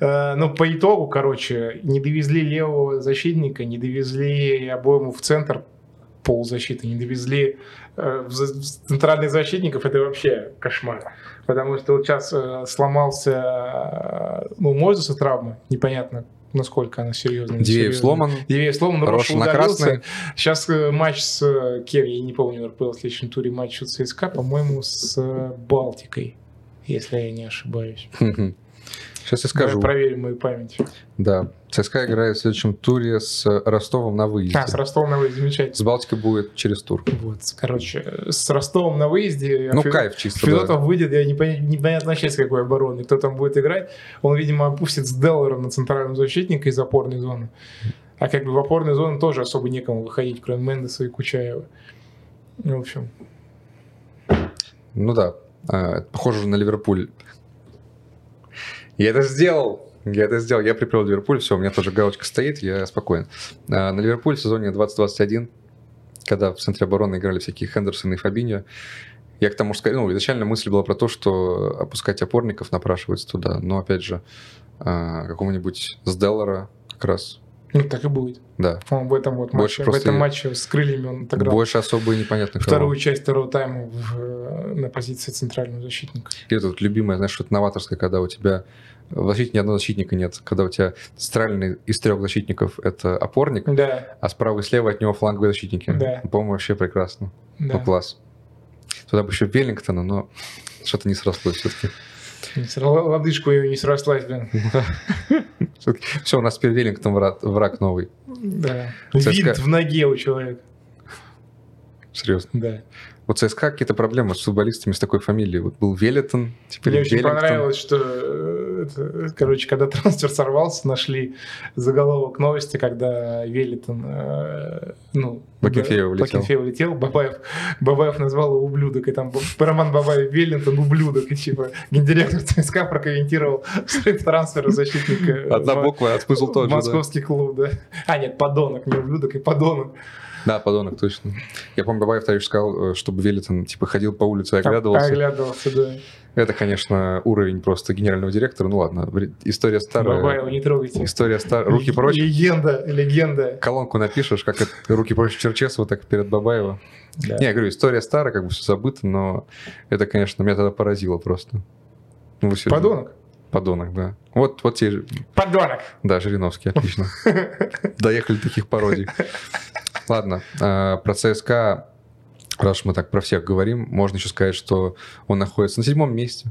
[SPEAKER 1] Э, Ну, по итогу, короче, не довезли левого защитника, не довезли обойму в центр полузащиты, не довезли э, в за- в центральных защитников, это вообще кошмар. Потому что вот сейчас э, сломался, э, ну, Мойзеса травма, непонятно, насколько она серьезная. не
[SPEAKER 2] Дивеев
[SPEAKER 1] серьезная.
[SPEAKER 2] сломан,
[SPEAKER 1] Дивеев сломан, Роша
[SPEAKER 2] Роша на красный.
[SPEAKER 1] удалился. Сейчас э, матч с э, кем, я не помню, был в следующем туре матч у ЦСКА, по-моему, с э, Балтикой, если я не ошибаюсь.
[SPEAKER 2] Сейчас я скажу.
[SPEAKER 1] Давай проверим мою память.
[SPEAKER 2] Да. ЦСКА играет в следующем туре с э, Ростовом на выезде.
[SPEAKER 1] А, с Ростовом на выезде,
[SPEAKER 2] С
[SPEAKER 1] замечательно.
[SPEAKER 2] Балтикой будет через тур.
[SPEAKER 1] Вот, короче, с Ростовом на выезде...
[SPEAKER 2] Ну,
[SPEAKER 1] Фе-
[SPEAKER 2] кайф чисто, да.
[SPEAKER 1] Федотов выйдет, я не поня- непонятно вообще с какой обороны, кто там будет играть. Он, видимо, опустит с Деллера на центрального защитника из опорной зоны. А как бы в опорную зону тоже особо некому выходить, кроме Мендеса и Кучаева. Ну, В общем,
[SPEAKER 2] Ну да, а, это похоже на Ливерпуль. Я это сделал! Я это сделал, я приплел Ливерпуль, все, у меня тоже галочка стоит, я спокоен. А, На Ливерпуль в сезоне 2021, когда в центре обороны играли всякие Хендерсон и Фабиньо, я к тому, что сказал, ну, изначально мысль была про то, что опускать опорников напрашивается туда, но, опять же, а, какого-нибудь с Деллара как раз,
[SPEAKER 1] ну так и будет.
[SPEAKER 2] да.
[SPEAKER 1] По-моему, в этом вот
[SPEAKER 2] Больше
[SPEAKER 1] матче, в
[SPEAKER 2] просто
[SPEAKER 1] этом
[SPEAKER 2] и-
[SPEAKER 1] матче с крыльями он отыграл
[SPEAKER 2] Больше особо и непонятно, кого.
[SPEAKER 1] вторую часть второго тайма в, э, на позиции центрального защитника.
[SPEAKER 2] И это вот любимое, знаешь, что-то новаторское, когда у тебя в защите ни одного защитника нет, когда у тебя центральный из трех защитников это опорник,
[SPEAKER 1] Да,
[SPEAKER 2] а справа и слева от него фланговые защитники.
[SPEAKER 1] Да.
[SPEAKER 2] По-моему, вообще прекрасно. Ну,
[SPEAKER 1] да.
[SPEAKER 2] класс. Туда бы еще Веллингтона, но что-то не срослось все-таки.
[SPEAKER 1] Не сра- л- Лодыжку ее не срослась, блин.
[SPEAKER 2] Все, у нас теперь Веллингтон враг, враг новый.
[SPEAKER 1] Да.
[SPEAKER 2] ЦСКА.
[SPEAKER 1] Винт в ноге у человека.
[SPEAKER 2] Серьезно.
[SPEAKER 1] Да.
[SPEAKER 2] У ЦСКА А какие-то проблемы с футболистами с такой фамилией. Вот был Веллитон, теперь
[SPEAKER 1] Мне очень
[SPEAKER 2] Веллингтон.
[SPEAKER 1] понравилось, что, э, это, короче, когда трансфер сорвался, нашли заголовок новости, когда Велитон, э, ну,
[SPEAKER 2] Бакенфеев
[SPEAKER 1] да,
[SPEAKER 2] улетел.
[SPEAKER 1] Бакенфеев улетел, Бабаев, Бабаев назвал его ублюдок, и там был Роман Бабаев Веллингтон ублюдок, и типа гендиректор ЦСКА прокомментировал срыв трансфера защитника. э,
[SPEAKER 2] Одна
[SPEAKER 1] в-
[SPEAKER 2] буква, а смысл тот же. да.
[SPEAKER 1] Московский клуб, да. А, нет, подонок, не ублюдок, и подонок.
[SPEAKER 2] Да, подонок, точно. Я помню, Бабаев товарищ сказал, э, чтобы Веллитон типа ходил по улице и оглядывался.
[SPEAKER 1] Оглядывался, да.
[SPEAKER 2] Это, конечно, уровень просто генерального директора. Ну ладно, вре- история старая.
[SPEAKER 1] Бабаева, не трогайте.
[SPEAKER 2] История старая. Руки
[SPEAKER 1] Лег-
[SPEAKER 2] прочь.
[SPEAKER 1] Легенда, легенда.
[SPEAKER 2] Колонку напишешь, как это- руки прочь Черчесова, так и перед Бабаева.
[SPEAKER 1] Да.
[SPEAKER 2] Не, я говорю, история старая, как бы все забыто, но это, конечно, меня тогда поразило просто. Ну, вы серьезно?
[SPEAKER 1] Подонок.
[SPEAKER 2] Подонок, да. Вот, вот те, же-
[SPEAKER 1] Подонок.
[SPEAKER 2] да, Жириновский, отлично. Доехали до таких пародий. Ладно, э, про ЦСКА, раз уж мы так про всех говорим, можно еще сказать, что он находится на седьмом месте.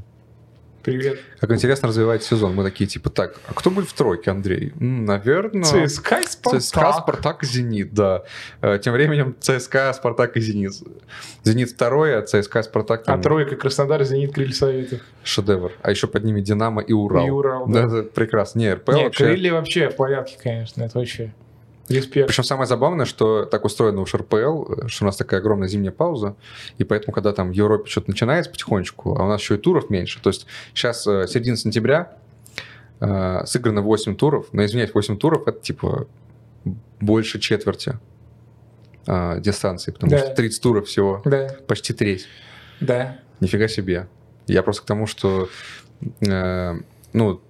[SPEAKER 1] Привет.
[SPEAKER 2] Как интересно развивается сезон. Мы такие, типа, так, а кто будет в тройке, Андрей? наверное...
[SPEAKER 1] Ну, ЦСКА и Спартак.
[SPEAKER 2] ЦСКА, Спартак и Зенит, да. Э, Тем временем ЦСКА, Спартак и Зенит. Зенит второй, а ЦСКА, Спартак
[SPEAKER 1] А
[SPEAKER 2] там
[SPEAKER 1] тройка Краснодар, Зенит, Крылья Советов.
[SPEAKER 2] шедевр. А еще под ними Динамо и Урал.
[SPEAKER 1] И Урал,
[SPEAKER 2] Да,
[SPEAKER 1] да.
[SPEAKER 2] это прекрасно. Не, РПЛ
[SPEAKER 1] Не,
[SPEAKER 2] вообще...
[SPEAKER 1] Крылья вообще в порядке, конечно, это вообще. Респект.
[SPEAKER 2] Причем самое забавное, что так устроено уж РПЛ, что у нас такая огромная зимняя пауза, и поэтому, когда там в Европе что-то начинается потихонечку, а у нас еще и туров меньше. То есть сейчас э, середина сентября, э, сыграно 8 туров, но, извиняюсь, 8 туров — это типа больше четверти э, дистанции, потому
[SPEAKER 1] Да.
[SPEAKER 2] что 30 туров всего,
[SPEAKER 1] Да,
[SPEAKER 2] почти треть.
[SPEAKER 1] да.
[SPEAKER 2] Нифига себе. Я просто к тому, что, э, ну,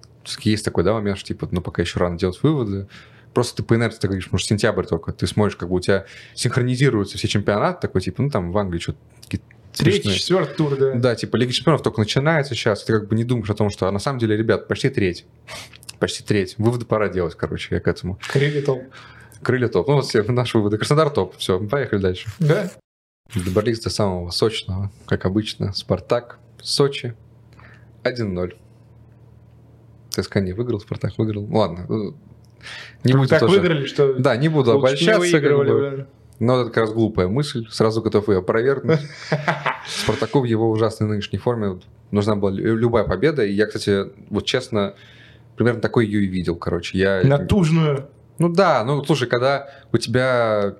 [SPEAKER 2] есть такой, да, момент, что, типа, ну, пока еще рано делать выводы. Просто ты по инерции так говоришь, потому что сентябрь только. Ты смотришь, как бы у тебя синхронизируются все чемпионаты, такой, типа, ну, там в Англии что-то какие-то
[SPEAKER 1] Третий,
[SPEAKER 2] смешные.
[SPEAKER 1] четвертый тур, да.
[SPEAKER 2] Да, типа, Лига чемпионов только начинается сейчас, ты как бы не думаешь о том, что, а на самом деле, ребят, почти треть. Почти треть. Выводы пора делать, короче, я к этому.
[SPEAKER 1] Крылья топ.
[SPEAKER 2] Крылья топ. Ну, вот все наши выводы. Краснодар топ. Все, поехали дальше.
[SPEAKER 1] Да.
[SPEAKER 2] Добрались до самого сочного, как обычно. Спартак, Сочи, 1-0. ЦСКА не выиграл, Спартак выиграл. Ладно, э, не будем
[SPEAKER 1] так
[SPEAKER 2] тоже...
[SPEAKER 1] выиграли, что
[SPEAKER 2] Да, не буду
[SPEAKER 1] лучше не
[SPEAKER 2] обольщаться, как
[SPEAKER 1] выигрывали,
[SPEAKER 2] бы.
[SPEAKER 1] да.
[SPEAKER 2] но это как раз глупая мысль, сразу готов ее опровергнуть. Спартаку в его ужасной нынешней форме нужна была лю- любая победа, и я, кстати, вот честно, примерно такой ее и видел, короче. Я
[SPEAKER 1] Натужную.
[SPEAKER 2] ну да, ну слушай, когда у тебя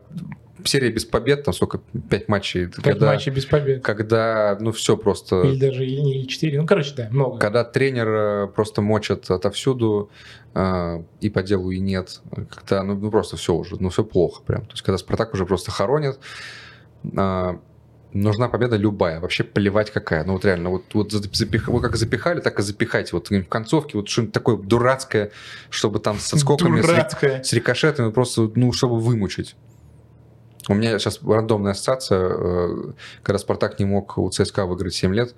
[SPEAKER 2] серия без побед, там сколько, пять матчей. это
[SPEAKER 1] Пять
[SPEAKER 2] когда,
[SPEAKER 1] матчей без побед.
[SPEAKER 2] когда, ну, все просто...
[SPEAKER 1] Или даже или, не, или четыре. Ну, короче, да, много.
[SPEAKER 2] Когда тренер э, просто мочат отовсюду, э, и по делу, и нет. Когда, ну, ну, просто все уже, ну все плохо прям. То есть, когда Спартак уже просто хоронит, э, нужна победа любая, вообще плевать какая. Ну вот реально, вот, вот запих- вот как запихали, так и запихайте. Вот в концовке вот что-нибудь такое дурацкое, чтобы там с отскоками, с, рик-
[SPEAKER 1] Дурацкая.
[SPEAKER 2] с рикошетами просто, ну, чтобы вымучить. У меня сейчас рандомная ассоциация, э, когда Спартак не мог у ЦСКА выиграть 7 лет.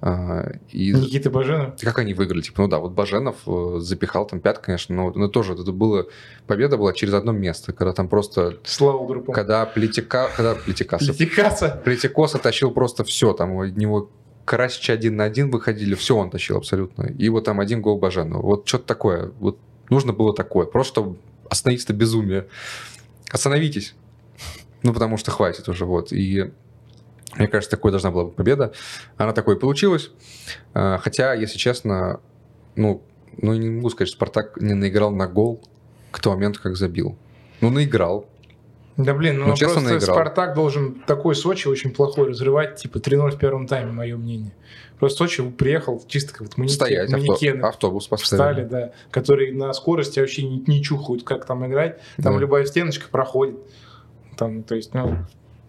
[SPEAKER 2] э, и...
[SPEAKER 1] Никита Баженов.
[SPEAKER 2] Как они выиграли? Типа, ну да, вот Баженов э, запихал там пят, конечно, но, но тоже это было... Победа была через одно место, когда там просто...
[SPEAKER 1] Слава группу.
[SPEAKER 2] Когда Плетика... Когда Плетикаса...
[SPEAKER 1] Литикаса.
[SPEAKER 2] Плетикоса тащил просто все, там у него Карасич один на один выходили, все он тащил абсолютно. И вот там один гол Баженова. Вот что-то такое. Вот нужно было такое. Просто чтобы остановить это безумие. Остановитесь. Ну, потому что хватит уже, вот. И мне кажется, такой должна была быть победа. Она такой и получилась. А, Хотя, если честно, ну, ну, не могу сказать, что Спартак не наиграл на гол к тому моменту, как забил. Ну, наиграл.
[SPEAKER 1] Да блин, ну,
[SPEAKER 2] Ну, честно,
[SPEAKER 1] просто
[SPEAKER 2] наиграл.
[SPEAKER 1] Спартак должен такой Сочи очень плохой разрывать, типа 3-0 в первом тайме, мое мнение. Просто Сочи приехал чисто как вот манеке-
[SPEAKER 2] Стоять. авто-
[SPEAKER 1] манекены.
[SPEAKER 2] автобус
[SPEAKER 1] Встали,
[SPEAKER 2] поставили.
[SPEAKER 1] да, которые на скорости вообще не, не чухают, как там играть. Там
[SPEAKER 2] Да.
[SPEAKER 1] любая стеночка проходит. Там, то есть, ну,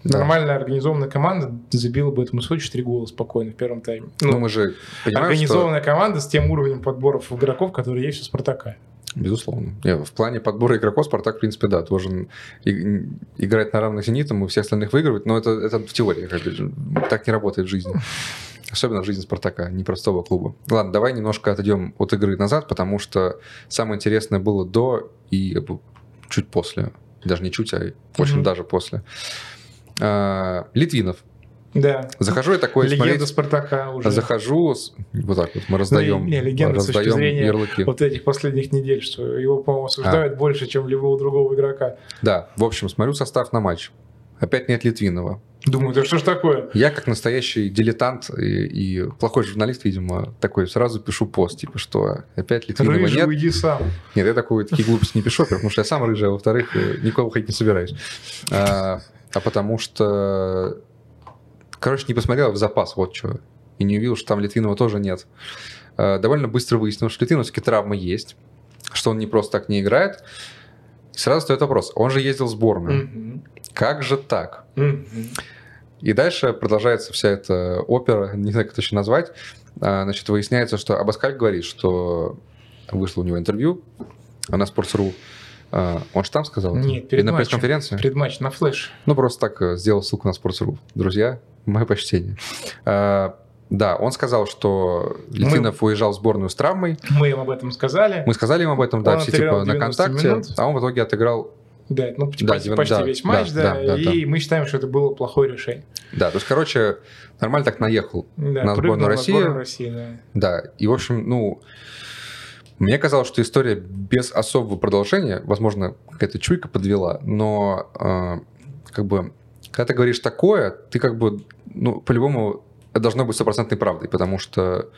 [SPEAKER 2] Да.
[SPEAKER 1] нормально организованная команда забила бы этому Сочи три гола спокойно в первом тайме.
[SPEAKER 2] Ну,
[SPEAKER 1] Ну,
[SPEAKER 2] мы же понимаем, что...
[SPEAKER 1] организованная команда с тем уровнем подборов игроков, которые есть у Спартака.
[SPEAKER 2] Безусловно. Не, в плане подбора игроков Спартак, в принципе, да, должен и- играть на равных зенитом и всех остальных выигрывать, но это, это в теории, как бы, так не работает в жизни. Особенно в жизни Спартака, непростого клуба. Ладно, давай немножко отойдем от игры назад, потому что самое интересное было до и б- чуть после. Даже не чуть, а очень
[SPEAKER 1] Мгм.
[SPEAKER 2] даже после. А, Литвинов.
[SPEAKER 1] Да.
[SPEAKER 2] Захожу я такой
[SPEAKER 1] Легенда
[SPEAKER 2] смотреть, А
[SPEAKER 1] Спартака уже.
[SPEAKER 2] захожу, с- вот так вот мы раздаем,
[SPEAKER 1] не, легенда с точки
[SPEAKER 2] раздаем
[SPEAKER 1] зрения
[SPEAKER 2] ярлыки.
[SPEAKER 1] Вот этих последних недель, что его, по-моему,
[SPEAKER 2] А.
[SPEAKER 1] осуждают больше, чем любого другого игрока.
[SPEAKER 2] Да, в общем, смотрю состав на матч. Опять нет Литвинова.
[SPEAKER 1] Думаю, да что ж такое?
[SPEAKER 2] Я, как настоящий дилетант и, и плохой журналист, видимо, такой сразу пишу пост, типа, что опять Литвинова
[SPEAKER 1] Рыжий,
[SPEAKER 2] нет.
[SPEAKER 1] уйди сам.
[SPEAKER 2] Нет, я такую, такие глупости не пишу, потому что я сам рыжий, а во-вторых, э, никого выходить не собираюсь. А, а потому что... Короче, не посмотрел в запас, вот что. И не увидел, что там Литвинова тоже нет. А, довольно быстро выяснилось, что Литвинова все-таки травма есть, что он не просто так не играет. И сразу стоит вопрос, он же ездил в сборную.
[SPEAKER 1] Мгм.
[SPEAKER 2] Как же так?
[SPEAKER 1] Мгм.
[SPEAKER 2] И дальше продолжается вся эта опера, не знаю, как это еще назвать. А, Значит, выясняется, что Абаскаль говорит, что вышло у него интервью на Sports.ru. А, Он же там сказал? это?
[SPEAKER 1] Нет, перед
[SPEAKER 2] И на
[SPEAKER 1] матчем.
[SPEAKER 2] пресс-конференции?
[SPEAKER 1] Предматч на флеш.
[SPEAKER 2] Ну, просто так э, сделал ссылку на Sports.ru. Друзья, мое почтение. А, Да, он сказал, что Литвинов уезжал в сборную с травмой.
[SPEAKER 1] Мы им об этом сказали.
[SPEAKER 2] Мы сказали им об этом, да,
[SPEAKER 1] Он
[SPEAKER 2] все
[SPEAKER 1] отыграл
[SPEAKER 2] типа на
[SPEAKER 1] 90
[SPEAKER 2] контакте.
[SPEAKER 1] минут.
[SPEAKER 2] А он в итоге отыграл
[SPEAKER 1] Да, ну почти,
[SPEAKER 2] Да, девян-
[SPEAKER 1] почти
[SPEAKER 2] да,
[SPEAKER 1] весь матч, да,
[SPEAKER 2] да, да, да,
[SPEAKER 1] и мы считаем, что это было плохое решение.
[SPEAKER 2] Да, то есть, короче, нормально так наехал.
[SPEAKER 1] Да,
[SPEAKER 2] На сборную
[SPEAKER 1] прыгнул
[SPEAKER 2] России.
[SPEAKER 1] На сборную России да.
[SPEAKER 2] Да, и, в общем, ну, мне казалось, что история без особого продолжения, возможно, какая-то чуйка подвела, но э, как бы, когда ты говоришь такое, ты как бы, ну, по-любому, это должно быть стопроцентной правдой, потому что,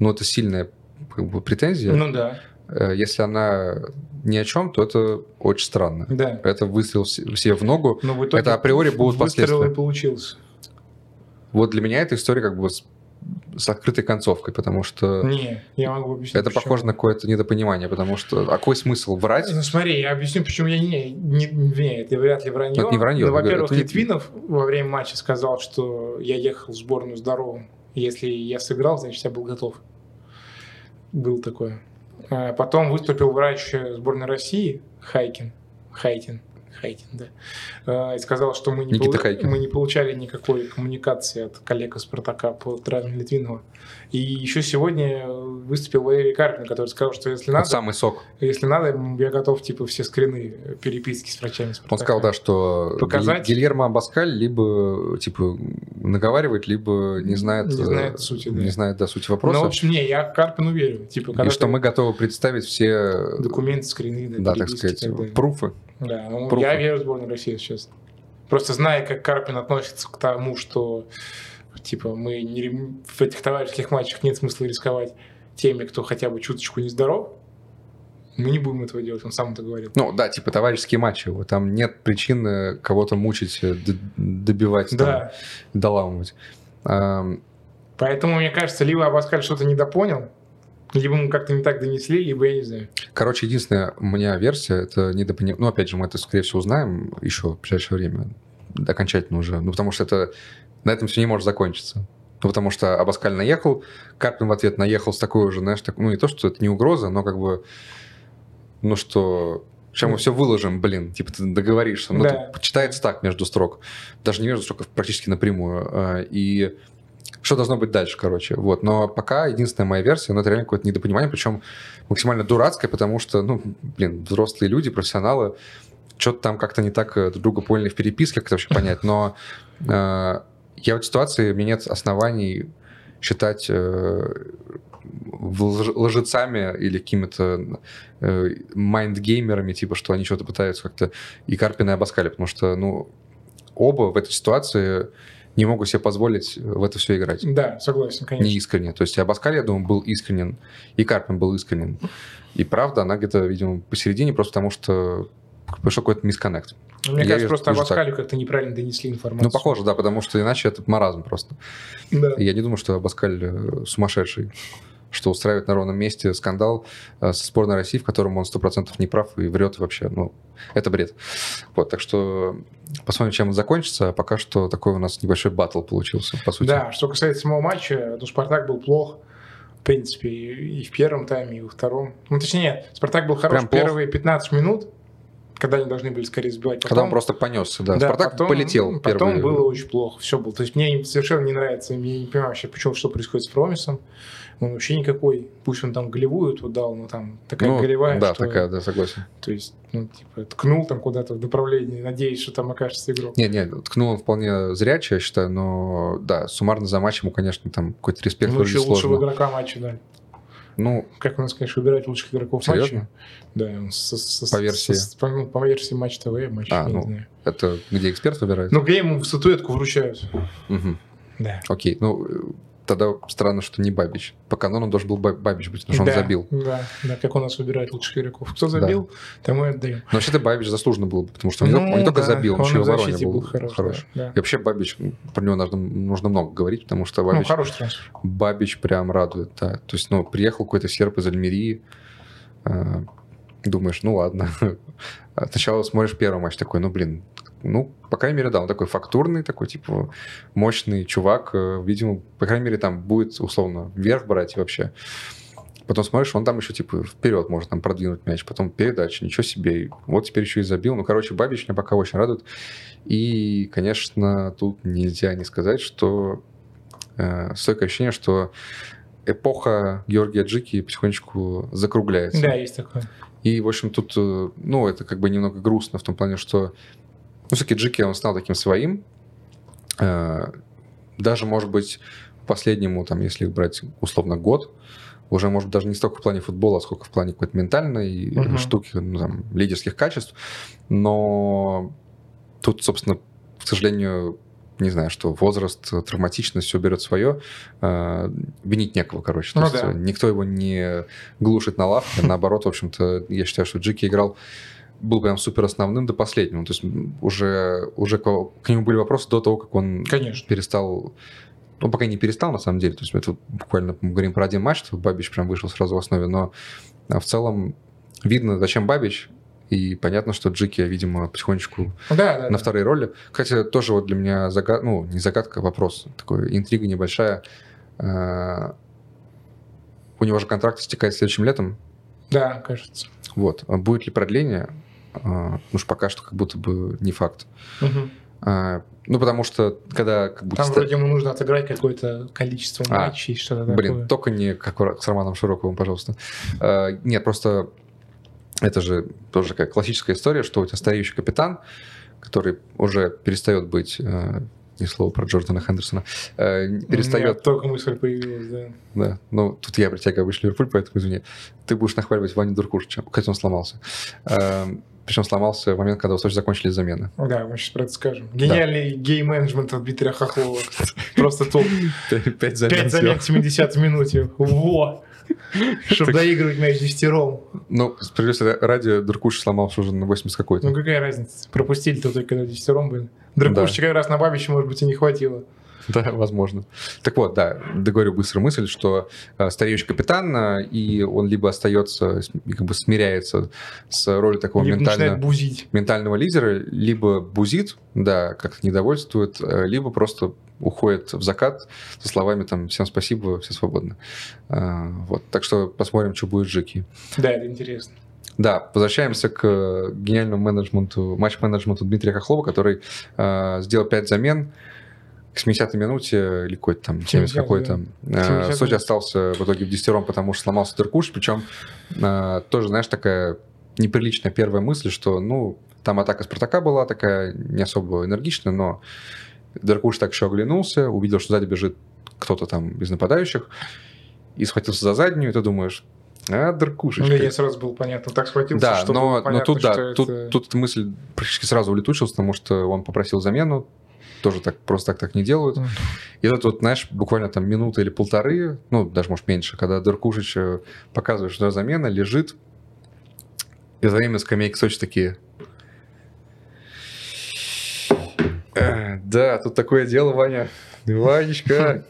[SPEAKER 2] ну, это сильная как бы, претензия.
[SPEAKER 1] Ну да,
[SPEAKER 2] Э, Если она ни о чем, то это очень странно.
[SPEAKER 1] да.
[SPEAKER 2] Это выстрел в се- в себе в ногу.
[SPEAKER 1] Но в итоге
[SPEAKER 2] Это априори будут
[SPEAKER 1] выстрел
[SPEAKER 2] последствия.
[SPEAKER 1] и получился.
[SPEAKER 2] Вот для меня эта история как бы с, с открытой концовкой, потому что...
[SPEAKER 1] Не, я могу объяснить.
[SPEAKER 2] Это
[SPEAKER 1] почему.
[SPEAKER 2] похоже на какое-то недопонимание, потому что а какой смысл врать?
[SPEAKER 1] Ну, смотри, я объясню, почему я не, не, не, это вряд ли вранье.
[SPEAKER 2] Это не
[SPEAKER 1] Но,
[SPEAKER 2] вранье, я говорю,
[SPEAKER 1] во-первых,
[SPEAKER 2] это не-
[SPEAKER 1] Литвинов во время матча сказал, что я ехал в сборную здоровым. Если я сыграл, значит, я был готов. Был такое. А Потом выступил врач э, сборной России Хайкин. Хайтин. Хайтин, да. А, И сказал, что мы не,
[SPEAKER 2] Никита
[SPEAKER 1] полу-
[SPEAKER 2] Хайкин.
[SPEAKER 1] мы не получали никакой коммуникации от коллег из Спартака по травме Литвинова. И еще сегодня выступил Валерий Карпин, который сказал, что если
[SPEAKER 2] Вот
[SPEAKER 1] надо,
[SPEAKER 2] самый сок.
[SPEAKER 1] если надо, м, я готов, типа, все скрины э, переписки с врачами.
[SPEAKER 2] Он сказал, да, что
[SPEAKER 1] Показать?
[SPEAKER 2] Гиль- Гильермо Абаскаль либо, типа, наговаривает, либо не знает...
[SPEAKER 1] Не
[SPEAKER 2] э,
[SPEAKER 1] знает сути, да.
[SPEAKER 2] Не знает, да, сути
[SPEAKER 1] Ну, в
[SPEAKER 2] вопроса.
[SPEAKER 1] общем, не, я Карпину верю. Типа,
[SPEAKER 2] и
[SPEAKER 1] когда
[SPEAKER 2] что
[SPEAKER 1] ты
[SPEAKER 2] мы готовы представить все,
[SPEAKER 1] документы, скрины, да,
[SPEAKER 2] да, так
[SPEAKER 1] переписки и
[SPEAKER 2] сказать,
[SPEAKER 1] далее.
[SPEAKER 2] пруфы.
[SPEAKER 1] Да, ну,
[SPEAKER 2] пруфы.
[SPEAKER 1] я верю в сборную России, если честно. Просто зная, как Карпин относится к тому, что, типа, мы не, рем- в этих товарищеских матчах нет смысла рисковать теми, кто хотя бы чуточку нездоров, мы не будем этого делать, он сам это говорил.
[SPEAKER 2] Ну да, типа товарищеские матчи, вот там нет причин э, кого-то мучить, э, д- добивать, там,
[SPEAKER 1] Да,
[SPEAKER 2] доламывать. Ам,
[SPEAKER 1] поэтому, мне кажется, либо Абаскаль что-то недопонял, либо ему как-то не так донесли, либо я не знаю.
[SPEAKER 2] Короче, единственная у меня версия, это недопонимание. Ну, опять же, мы это, скорее всего, узнаем еще в ближайшее время. Окончательно уже. Ну, потому что это... На этом все не может закончиться. Ну, потому что Абаскаль наехал, Карпин в ответ наехал с такой уже, знаешь, так, ну, не то, что это не угроза, но как бы... Ну, что... Сейчас мы все выложим, блин, типа ты договоришься. Ну,
[SPEAKER 1] Да.
[SPEAKER 2] это читается так между строк. Даже не между строк, а практически напрямую. А, И что должно быть дальше, короче. Вот. Но пока единственная моя версия, но это реально какое-то недопонимание, причем максимально дурацкое, потому что, ну, блин, взрослые люди, профессионалы, что-то там как-то не так э, друг друга поняли в переписке, как это вообще понять, но э, я в этой ситуации, у меня нет оснований считать э, в- лж- лжецами или какими-то э, майндгеймерами, типа, что они что-то пытаются как-то и Карпина, и Абаскаля, потому что, ну, оба в этой ситуации не могут себе позволить в это все играть
[SPEAKER 1] Да, согласен, конечно.
[SPEAKER 2] не искренне. То есть и Абаскаль, я думаю, был искренен, и Карпин был искренен. И правда, она где-то, видимо, посередине, просто потому что пришел какой-то мисконнект.
[SPEAKER 1] Но Мне
[SPEAKER 2] Я
[SPEAKER 1] кажется,
[SPEAKER 2] вижу-
[SPEAKER 1] просто
[SPEAKER 2] вижу
[SPEAKER 1] Абаскалю как-то неправильно донесли информацию.
[SPEAKER 2] Ну, похоже, да, потому что иначе это маразм просто.
[SPEAKER 1] Да.
[SPEAKER 2] И Я не думаю, что Абаскаль э, сумасшедший, что устраивает на ровном месте скандал э, со сборной России, в котором он 100% не прав и врет вообще. Ну, это бред. Вот, так что посмотрим, чем он закончится. А пока что такой у нас небольшой баттл получился, по сути.
[SPEAKER 1] Да, что касается самого матча, ну, Спартак был плох, в принципе, и, и в первом тайме, и во втором. Ну, точнее, Спартак был хорош
[SPEAKER 2] Прям плох.
[SPEAKER 1] первые 15 минут, когда они должны были скорее сбивать.
[SPEAKER 2] Когда он
[SPEAKER 1] Потом-
[SPEAKER 2] просто понесся, да.
[SPEAKER 1] Да,
[SPEAKER 2] Спартак
[SPEAKER 1] потом-
[SPEAKER 2] полетел.
[SPEAKER 1] Потом
[SPEAKER 2] первый.
[SPEAKER 1] было очень плохо, все было. То есть мне совершенно не нравится, я не понимаю вообще, почему, что происходит с Промисом. Он вообще никакой, пусть он там голевую ту дал, но там такая
[SPEAKER 2] Ну,
[SPEAKER 1] голевая,
[SPEAKER 2] Да,
[SPEAKER 1] что-
[SPEAKER 2] такая, да, согласен.
[SPEAKER 1] То есть, ну, типа, ткнул там куда-то в направлении, надеясь, что там окажется игрок.
[SPEAKER 2] Не, не, ткнул он вполне зрячий, я считаю, но да, суммарно за матч ему, конечно, там какой-то респект
[SPEAKER 1] Ну, еще
[SPEAKER 2] выразить
[SPEAKER 1] лучшего
[SPEAKER 2] сложно.
[SPEAKER 1] игрока матча дали.
[SPEAKER 2] Ну,
[SPEAKER 1] Как у нас, конечно, выбирать лучших игроков
[SPEAKER 2] серьезно?
[SPEAKER 1] матча. Да, он со- со-
[SPEAKER 2] По версии?
[SPEAKER 1] со- по, ну, по версии матч ТВ, матч,
[SPEAKER 2] А,
[SPEAKER 1] я
[SPEAKER 2] ну.
[SPEAKER 1] не знаю.
[SPEAKER 2] Это где эксперт выбирает?
[SPEAKER 1] Ну, где ему статуэтку вручают?
[SPEAKER 2] Мгм.
[SPEAKER 1] Да.
[SPEAKER 2] Окей, ну э, тогда странно, что не Бабич. По канону должен был Ба- Бабич быть, потому что он
[SPEAKER 1] Да,
[SPEAKER 2] забил.
[SPEAKER 1] Да, да, как у нас выбирают лучших игроков. Кто забил, тому и отдаем.
[SPEAKER 2] Но вообще-то Бабич заслуженно был бы, потому что он, не, только- он не только
[SPEAKER 1] Ну да,
[SPEAKER 2] забил, он, еще и в обороне
[SPEAKER 1] защите
[SPEAKER 2] был,
[SPEAKER 1] хорош.
[SPEAKER 2] хорош.
[SPEAKER 1] да, да.
[SPEAKER 2] И вообще Бабич, м, про него нужно, нужно много говорить, потому что
[SPEAKER 1] Ну,
[SPEAKER 2] Бабич,
[SPEAKER 1] хороший трансфер.
[SPEAKER 2] Бабич прям радует, да. То есть, ну, приехал какой-то серб из Альмерии, э, думаешь, ну ладно. А Сначала смотришь первый матч, такой, ну, блин, ну, по крайней мере, да, он такой фактурный, такой, типа, мощный чувак. э, Видимо, по крайней мере, там будет, условно, вверх брать и вообще. Потом смотришь, он там еще, типа, вперед может там продвинуть мяч. Потом передача, ничего себе. И Вот теперь еще и забил. Ну, короче, Бабич меня пока очень радует. И, конечно, тут нельзя не сказать, что э, стойкое ощущение, что эпоха Георгия Джики потихонечку закругляется.
[SPEAKER 1] Да, есть такое.
[SPEAKER 2] И, в общем, тут, э, ну, это как бы немного грустно в том плане, что, ну, все-таки Джики, он стал таким своим. Э, Даже, может быть, последнему, там, если брать условно год, уже, может, даже не столько в плане футбола, сколько в плане какой-то ментальной
[SPEAKER 1] Мгм.
[SPEAKER 2] штуки, ну, там, лидерских качеств. Но тут, собственно, к сожалению, не знаю, что возраст, э, травматичность, все берет свое. Э, Винить некого, короче. То
[SPEAKER 1] Ну
[SPEAKER 2] есть,
[SPEAKER 1] да.
[SPEAKER 2] э, Никто его не глушит на лавке. Наоборот, в общем-то, я считаю, что Джики играл был прям супер основным до последнего. То есть м, уже, уже к, к нему были вопросы до того, как он
[SPEAKER 1] Конечно.
[SPEAKER 2] перестал... Он пока не перестал, на самом деле. То есть мы тут буквально мы говорим про один матч, что Бабич прям вышел сразу в основе. Но а, в целом видно, зачем Бабич. И понятно, что Джики, видимо, потихонечку
[SPEAKER 1] Ну Да, да,
[SPEAKER 2] на
[SPEAKER 1] да.
[SPEAKER 2] второй роли. Кстати, тоже вот для меня загадка, ну, не загадка, вопрос, такой интрига небольшая. Э, У него же контракт истекает следующим летом.
[SPEAKER 1] Да, кажется.
[SPEAKER 2] Вот. А Будет ли продление? Э, Ну, ж пока что как будто бы не факт.
[SPEAKER 1] Мгм.
[SPEAKER 2] А, Ну, потому что когда как будто...
[SPEAKER 1] Там
[SPEAKER 2] ста-
[SPEAKER 1] вроде ему нужно отыграть какое-то количество
[SPEAKER 2] А,
[SPEAKER 1] матчей, что-то такое.
[SPEAKER 2] Блин, только не как у Ра- с Романом Широковым, пожалуйста. Э, Нет, просто это же тоже такая классическая история, что у тебя стареющий капитан, который уже перестает быть... э, Ни слова про Джордана Хендерсона. э, не-
[SPEAKER 1] У меня
[SPEAKER 2] Перестает
[SPEAKER 1] только мысль появилась, да.
[SPEAKER 2] Да, ну тут я притягиваю обычно Ливерпуль, поэтому извини. Ты будешь нахваливать Ваню Дуркушича, хотя он сломался. Эм, Причем сломался в момент, когда у Сочи закончились замены.
[SPEAKER 1] Ну Да, мы сейчас про это скажем. Гениальный гей-менеджмент от Дмитрия Хохлова. Просто топ.
[SPEAKER 2] Пять замен.
[SPEAKER 1] Пять замен в 70 минуте. Во! чтобы доигрывать мяч десятером.
[SPEAKER 2] Ну, справедливости ради, Дуркуш сломался уже на 80 какой-то.
[SPEAKER 1] Ну какая разница? Пропустили-то только когда десятером были. Дракушечка как раз на бабище, может быть, и не хватило.
[SPEAKER 2] Да, возможно. Так вот, да, договорю быстро мысль, что э, стареющий капитан, э, и он либо остается, с- и как бы смиряется с ролью такого
[SPEAKER 1] Либо
[SPEAKER 2] ментально,
[SPEAKER 1] начинает бузить.
[SPEAKER 2] ментального лидера, либо бузит, да, как недовольствует, э, либо просто уходит в закат со словами там «всем спасибо, все свободны». Э, вот, так что посмотрим, что будет с Жики.
[SPEAKER 1] Да, это интересно.
[SPEAKER 2] Да, возвращаемся к э, гениальному менеджменту, матч-менеджменту Дмитрия Хохлова, который э, сделал 5 замен к 70-й минуте или какой-то там, 70
[SPEAKER 1] 70-й,
[SPEAKER 2] какой-то. Э,
[SPEAKER 1] 70-й.
[SPEAKER 2] Сочи остался в итоге в десятером, потому что сломался Деркуш, причем э, тоже, знаешь, такая неприличная первая мысль, что, ну, там атака Спартака была такая не особо энергичная, но Деркуш так еще оглянулся, увидел, что сзади бежит кто-то там из нападающих, и схватился за заднюю, и ты думаешь, а, Деркушечка.
[SPEAKER 1] Ну, я сразу был понятно. Так схватился,
[SPEAKER 2] Да,
[SPEAKER 1] что
[SPEAKER 2] но,
[SPEAKER 1] было
[SPEAKER 2] но
[SPEAKER 1] понятно,
[SPEAKER 2] тут,
[SPEAKER 1] что
[SPEAKER 2] да,
[SPEAKER 1] это-
[SPEAKER 2] тут, тут эта мысль практически сразу улетучилась, потому что он попросил замену, тоже так просто так так не делают.
[SPEAKER 1] Мгм.
[SPEAKER 2] И тут, вот, знаешь, буквально там минуты или полторы, ну, даже, может, меньше, когда Дыркушич э, показывает, что замена лежит, и за время скамейки Сочи такие... «Э, Да, тут такое дело, Ваня. Ванечка,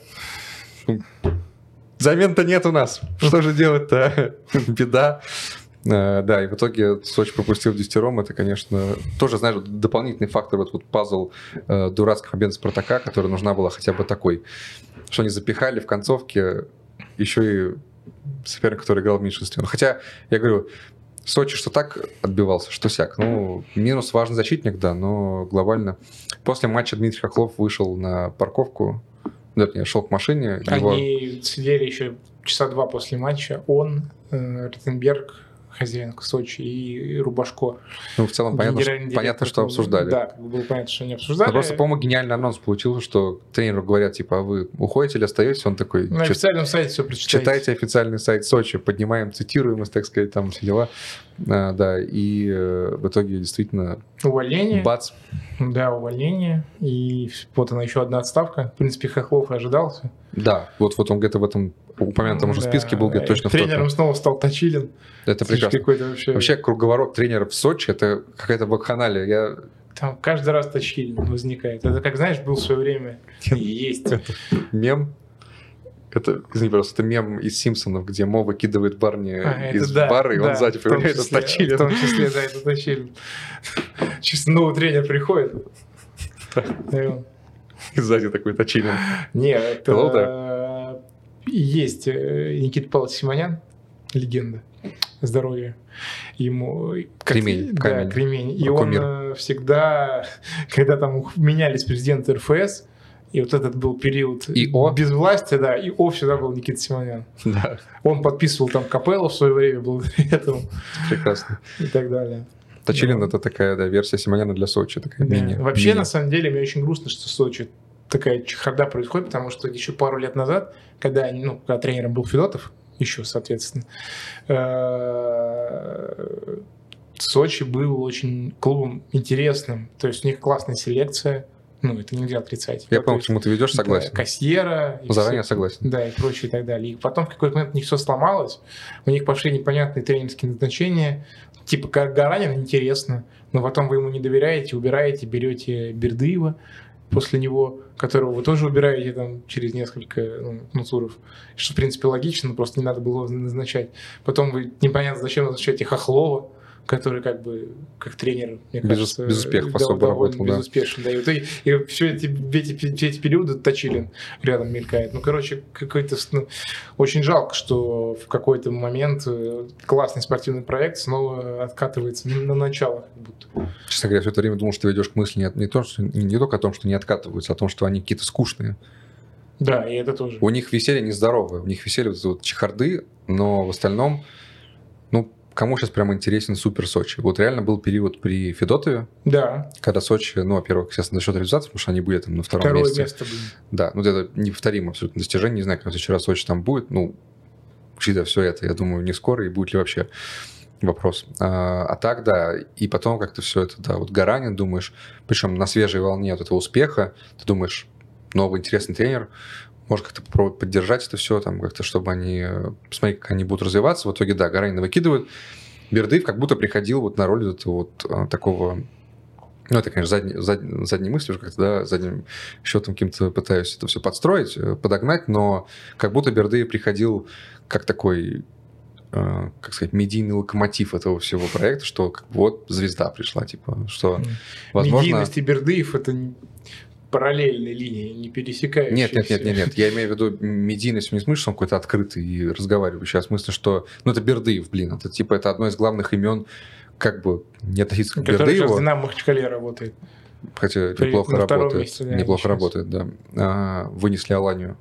[SPEAKER 2] замен-то нет у нас. Что же делать-то? Беда. Э, Да, и в итоге Сочи пропустил десятером. Это, конечно, тоже, знаешь, вот дополнительный фактор, вот, вот пазл э, дурацких победы Спартака, которая нужна была хотя бы такой, что они запихали в концовке еще и соперник, который играл в меньшинстве. Ну, хотя, я говорю, Сочи что так отбивался, что сяк. Ну, минус важный защитник, да, но глобально. После матча Дмитрий Хохлов вышел на парковку, да, не, шел к машине. его-
[SPEAKER 1] Они сидели еще часа два после матча. Он, э, Ротенберг, хозяин Сочи и Рубашко.
[SPEAKER 2] Ну, в целом понятно, что,
[SPEAKER 1] генеральный
[SPEAKER 2] понятно,
[SPEAKER 1] директор
[SPEAKER 2] что
[SPEAKER 1] клуба.
[SPEAKER 2] обсуждали.
[SPEAKER 1] Да, как бы было понятно, что они
[SPEAKER 2] Ну,
[SPEAKER 1] обсуждали.
[SPEAKER 2] просто, по-моему, гениальный анонс получился, что тренеру говорят, типа, а вы уходите или остаетесь? Он такой,
[SPEAKER 1] На
[SPEAKER 2] «Чё-
[SPEAKER 1] официальном сайте все прочитайте.
[SPEAKER 2] читайте официальный сайт Сочи, поднимаем цитируемость, так сказать, там все дела. А, да, и э, в итоге действительно
[SPEAKER 1] Увольнение.
[SPEAKER 2] бац.
[SPEAKER 1] Да, увольнение. И вот она еще одна отставка. В принципе, Хохлов и ожидался.
[SPEAKER 2] Да, вот, вот он где-то в этом упомянутом уже
[SPEAKER 1] Да.
[SPEAKER 2] списке был где-то точно в топе.
[SPEAKER 1] Тренером снова стал Точилин.
[SPEAKER 2] Это прекрасно.
[SPEAKER 1] Какой-то вообще...
[SPEAKER 2] Вообще круговорот тренеров в Сочи, это какая-то вакханалия. Я
[SPEAKER 1] Там каждый раз Точилин возникает. Это как, знаешь, был в свое время. И Есть.
[SPEAKER 2] мем. Это, извини, просто это мем из Симпсонов, где Мо выкидывает Барни
[SPEAKER 1] А, это
[SPEAKER 2] из
[SPEAKER 1] да,
[SPEAKER 2] бара, и он
[SPEAKER 1] да,
[SPEAKER 2] сзади
[SPEAKER 1] в том
[SPEAKER 2] появляется с
[SPEAKER 1] числе,
[SPEAKER 2] точилином.
[SPEAKER 1] В том числе, да, это Точилин. Чисто новый тренер приходит. И он,
[SPEAKER 2] И сзади такой точилин.
[SPEAKER 1] Не, это э,
[SPEAKER 2] Hello
[SPEAKER 1] есть э, Никита Павлович Симонян, легенда здоровья. Ему э, как-
[SPEAKER 2] Кремень,
[SPEAKER 1] да,
[SPEAKER 2] камень.
[SPEAKER 1] кремень. И
[SPEAKER 2] Кумир.
[SPEAKER 1] он э, всегда, когда там ух- менялись президенты РФС, и вот этот был период
[SPEAKER 2] И О.
[SPEAKER 1] безвластия, да, и О всегда был Никита Симонян.
[SPEAKER 2] Да,
[SPEAKER 1] Он подписывал там капеллу в свое время, был этому
[SPEAKER 2] прекрасно.
[SPEAKER 1] и так далее.
[SPEAKER 2] Точилин
[SPEAKER 1] Да.
[SPEAKER 2] это такая да, версия Симоняна для Сочи. Такая
[SPEAKER 1] Ну. Да.
[SPEAKER 2] мини.
[SPEAKER 1] Вообще,
[SPEAKER 2] мини.
[SPEAKER 1] на самом деле, мне очень грустно, что в Сочи такая чехарда происходит, потому что еще пару лет назад, когда, они, ну, когда тренером был Федотов, еще, соответственно, э, Сочи был очень клубом интересным. То есть у них классная селекция. Ну, это нельзя отрицать.
[SPEAKER 2] Я
[SPEAKER 1] Да, то
[SPEAKER 2] понял, к
[SPEAKER 1] есть,
[SPEAKER 2] чему ты ведешь, согласен. Ну,
[SPEAKER 1] да, Кассьера. и
[SPEAKER 2] Заранее
[SPEAKER 1] все-
[SPEAKER 2] согласен.
[SPEAKER 1] да, и прочее, и так далее. И потом в какой-то момент у них все сломалось, у них пошли непонятные тренерские назначения, типа Гар- Гаранин интересно, но потом вы ему не доверяете, убираете, берете Бердыева, после него, которого вы тоже убираете там через несколько ну, ну, туров, что, в принципе, логично, просто не надо было его назначать. Потом вы непонятно зачем назначаете Хохлова, который как бы как тренер, мне
[SPEAKER 2] Без ус-
[SPEAKER 1] кажется,
[SPEAKER 2] без успехов
[SPEAKER 1] дов-
[SPEAKER 2] особо
[SPEAKER 1] довольно
[SPEAKER 2] работал, да.
[SPEAKER 1] безуспешен, да. И, вот и- и все, эти, эти- все эти периоды Точилин рядом мелькает. Ну, короче, какой-то с- ну, очень жалко, что в какой-то момент э, классный спортивный проект снова откатывается на на начало. Как будто.
[SPEAKER 2] Честно говоря, все это время думал, что ты ведешь к мысли не, не то, что, не, не только о том, что не откатываются, а о том, что они какие-то скучные.
[SPEAKER 1] Да, и это тоже.
[SPEAKER 2] У них веселье нездоровое, у них веселье вот эти вот чехарды, но в остальном, ну, кому сейчас прям интересен супер Сочи? Вот реально был период при Федотове,
[SPEAKER 1] Да,
[SPEAKER 2] когда Сочи, ну, во-первых, естественно, за счет реализации, потому что они были там на втором
[SPEAKER 1] второе
[SPEAKER 2] месте.
[SPEAKER 1] место. блин.
[SPEAKER 2] Да, ну вот это неповторимое абсолютно достижение. Не знаю, как в следующий раз Сочи там будет. Ну, учитывая все это, я думаю, не скоро и будет ли вообще вопрос. А, а так, да, и потом как-то все это, да, вот Гаранин, думаешь, причем на свежей волне от этого успеха, ты думаешь, новый интересный тренер, Может, как-то попробовать поддержать это все, там, как-то, чтобы они... э, Посмотреть, как они будут развиваться. В итоге, да, Гаранина выкидывают. Бердыев как будто приходил вот на роль этого вот а, такого... Ну, это, конечно, задний, зад- задней мыслью, уже как-то, да, задним счетом каким-то пытаюсь это все подстроить, э, подогнать, но как будто Бердыев приходил как такой, э, как сказать, медийный локомотив этого всего проекта, что как бы вот звезда пришла, типа, что, возможно...
[SPEAKER 1] Медийность и Бердыев — это не- параллельные линии, не пересекающиеся.
[SPEAKER 2] Нет, нет, нет, нет, нет. Я имею в виду медийность не в смысле, что он какой-то открытый и разговаривающий, а в смысле, что... Ну, это Бердыев, блин. Это типа это одно из главных имен, как бы не относиться к
[SPEAKER 1] Который сейчас в
[SPEAKER 2] Бердыеву,
[SPEAKER 1] «Динамо» Махачкале работает.
[SPEAKER 2] хотя
[SPEAKER 1] при-
[SPEAKER 2] неплохо
[SPEAKER 1] на втором
[SPEAKER 2] работает.
[SPEAKER 1] месте, да,
[SPEAKER 2] неплохо
[SPEAKER 1] сейчас.
[SPEAKER 2] работает, да. А, вынесли Аланию,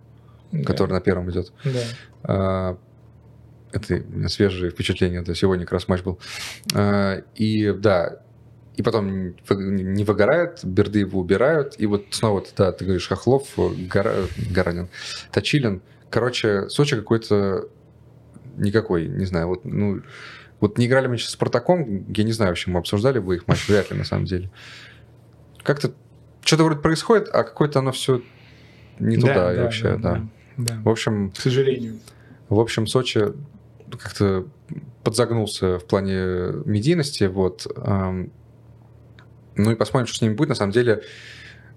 [SPEAKER 1] Да,
[SPEAKER 2] которая на первом идет.
[SPEAKER 1] да.
[SPEAKER 2] А, Это у меня свежие впечатления, это сегодня как раз матч был. А, И да, и потом вы- не выгорает, берды его убирают, и вот снова, ты, да, ты говоришь, Хохлов, Гора- Горанин, Точилин. Короче, Сочи какой-то никакой, не знаю, вот, ну, вот не играли мы сейчас с Спартаком, я не знаю, вообще мы обсуждали бы их матч, вряд ли, на самом деле. Как-то что-то вроде происходит, а какое-то оно все не туда
[SPEAKER 1] Да,
[SPEAKER 2] и
[SPEAKER 1] да, да,
[SPEAKER 2] вообще, да.
[SPEAKER 1] да,
[SPEAKER 2] В
[SPEAKER 1] да.
[SPEAKER 2] общем,
[SPEAKER 1] К сожалению.
[SPEAKER 2] в общем, Сочи как-то подзагнулся в плане медийности, вот. Эм, Ну и посмотрим, что с ними будет. На самом деле,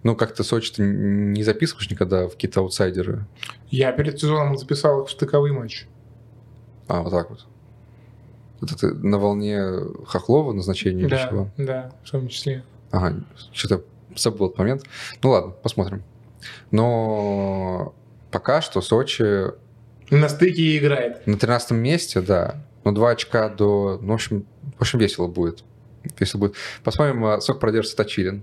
[SPEAKER 2] ну как-то Сочи ты не записываешь никогда в какие-то аутсайдеры.
[SPEAKER 1] Я перед сезоном записал их в стыковый матч.
[SPEAKER 2] А, вот так вот. Это ты на волне Хохлова назначение или чего?
[SPEAKER 1] Да, да, в том числе.
[SPEAKER 2] Ага, что-то забыл этот момент. Ну ладно, посмотрим. Но пока что Сочи
[SPEAKER 1] На стыке и играет.
[SPEAKER 2] На 13 месте, да. Но 2 очка до... Ну, в общем, в общем весело будет. Весело будет. Посмотрим, а, сколько продержится Точилин.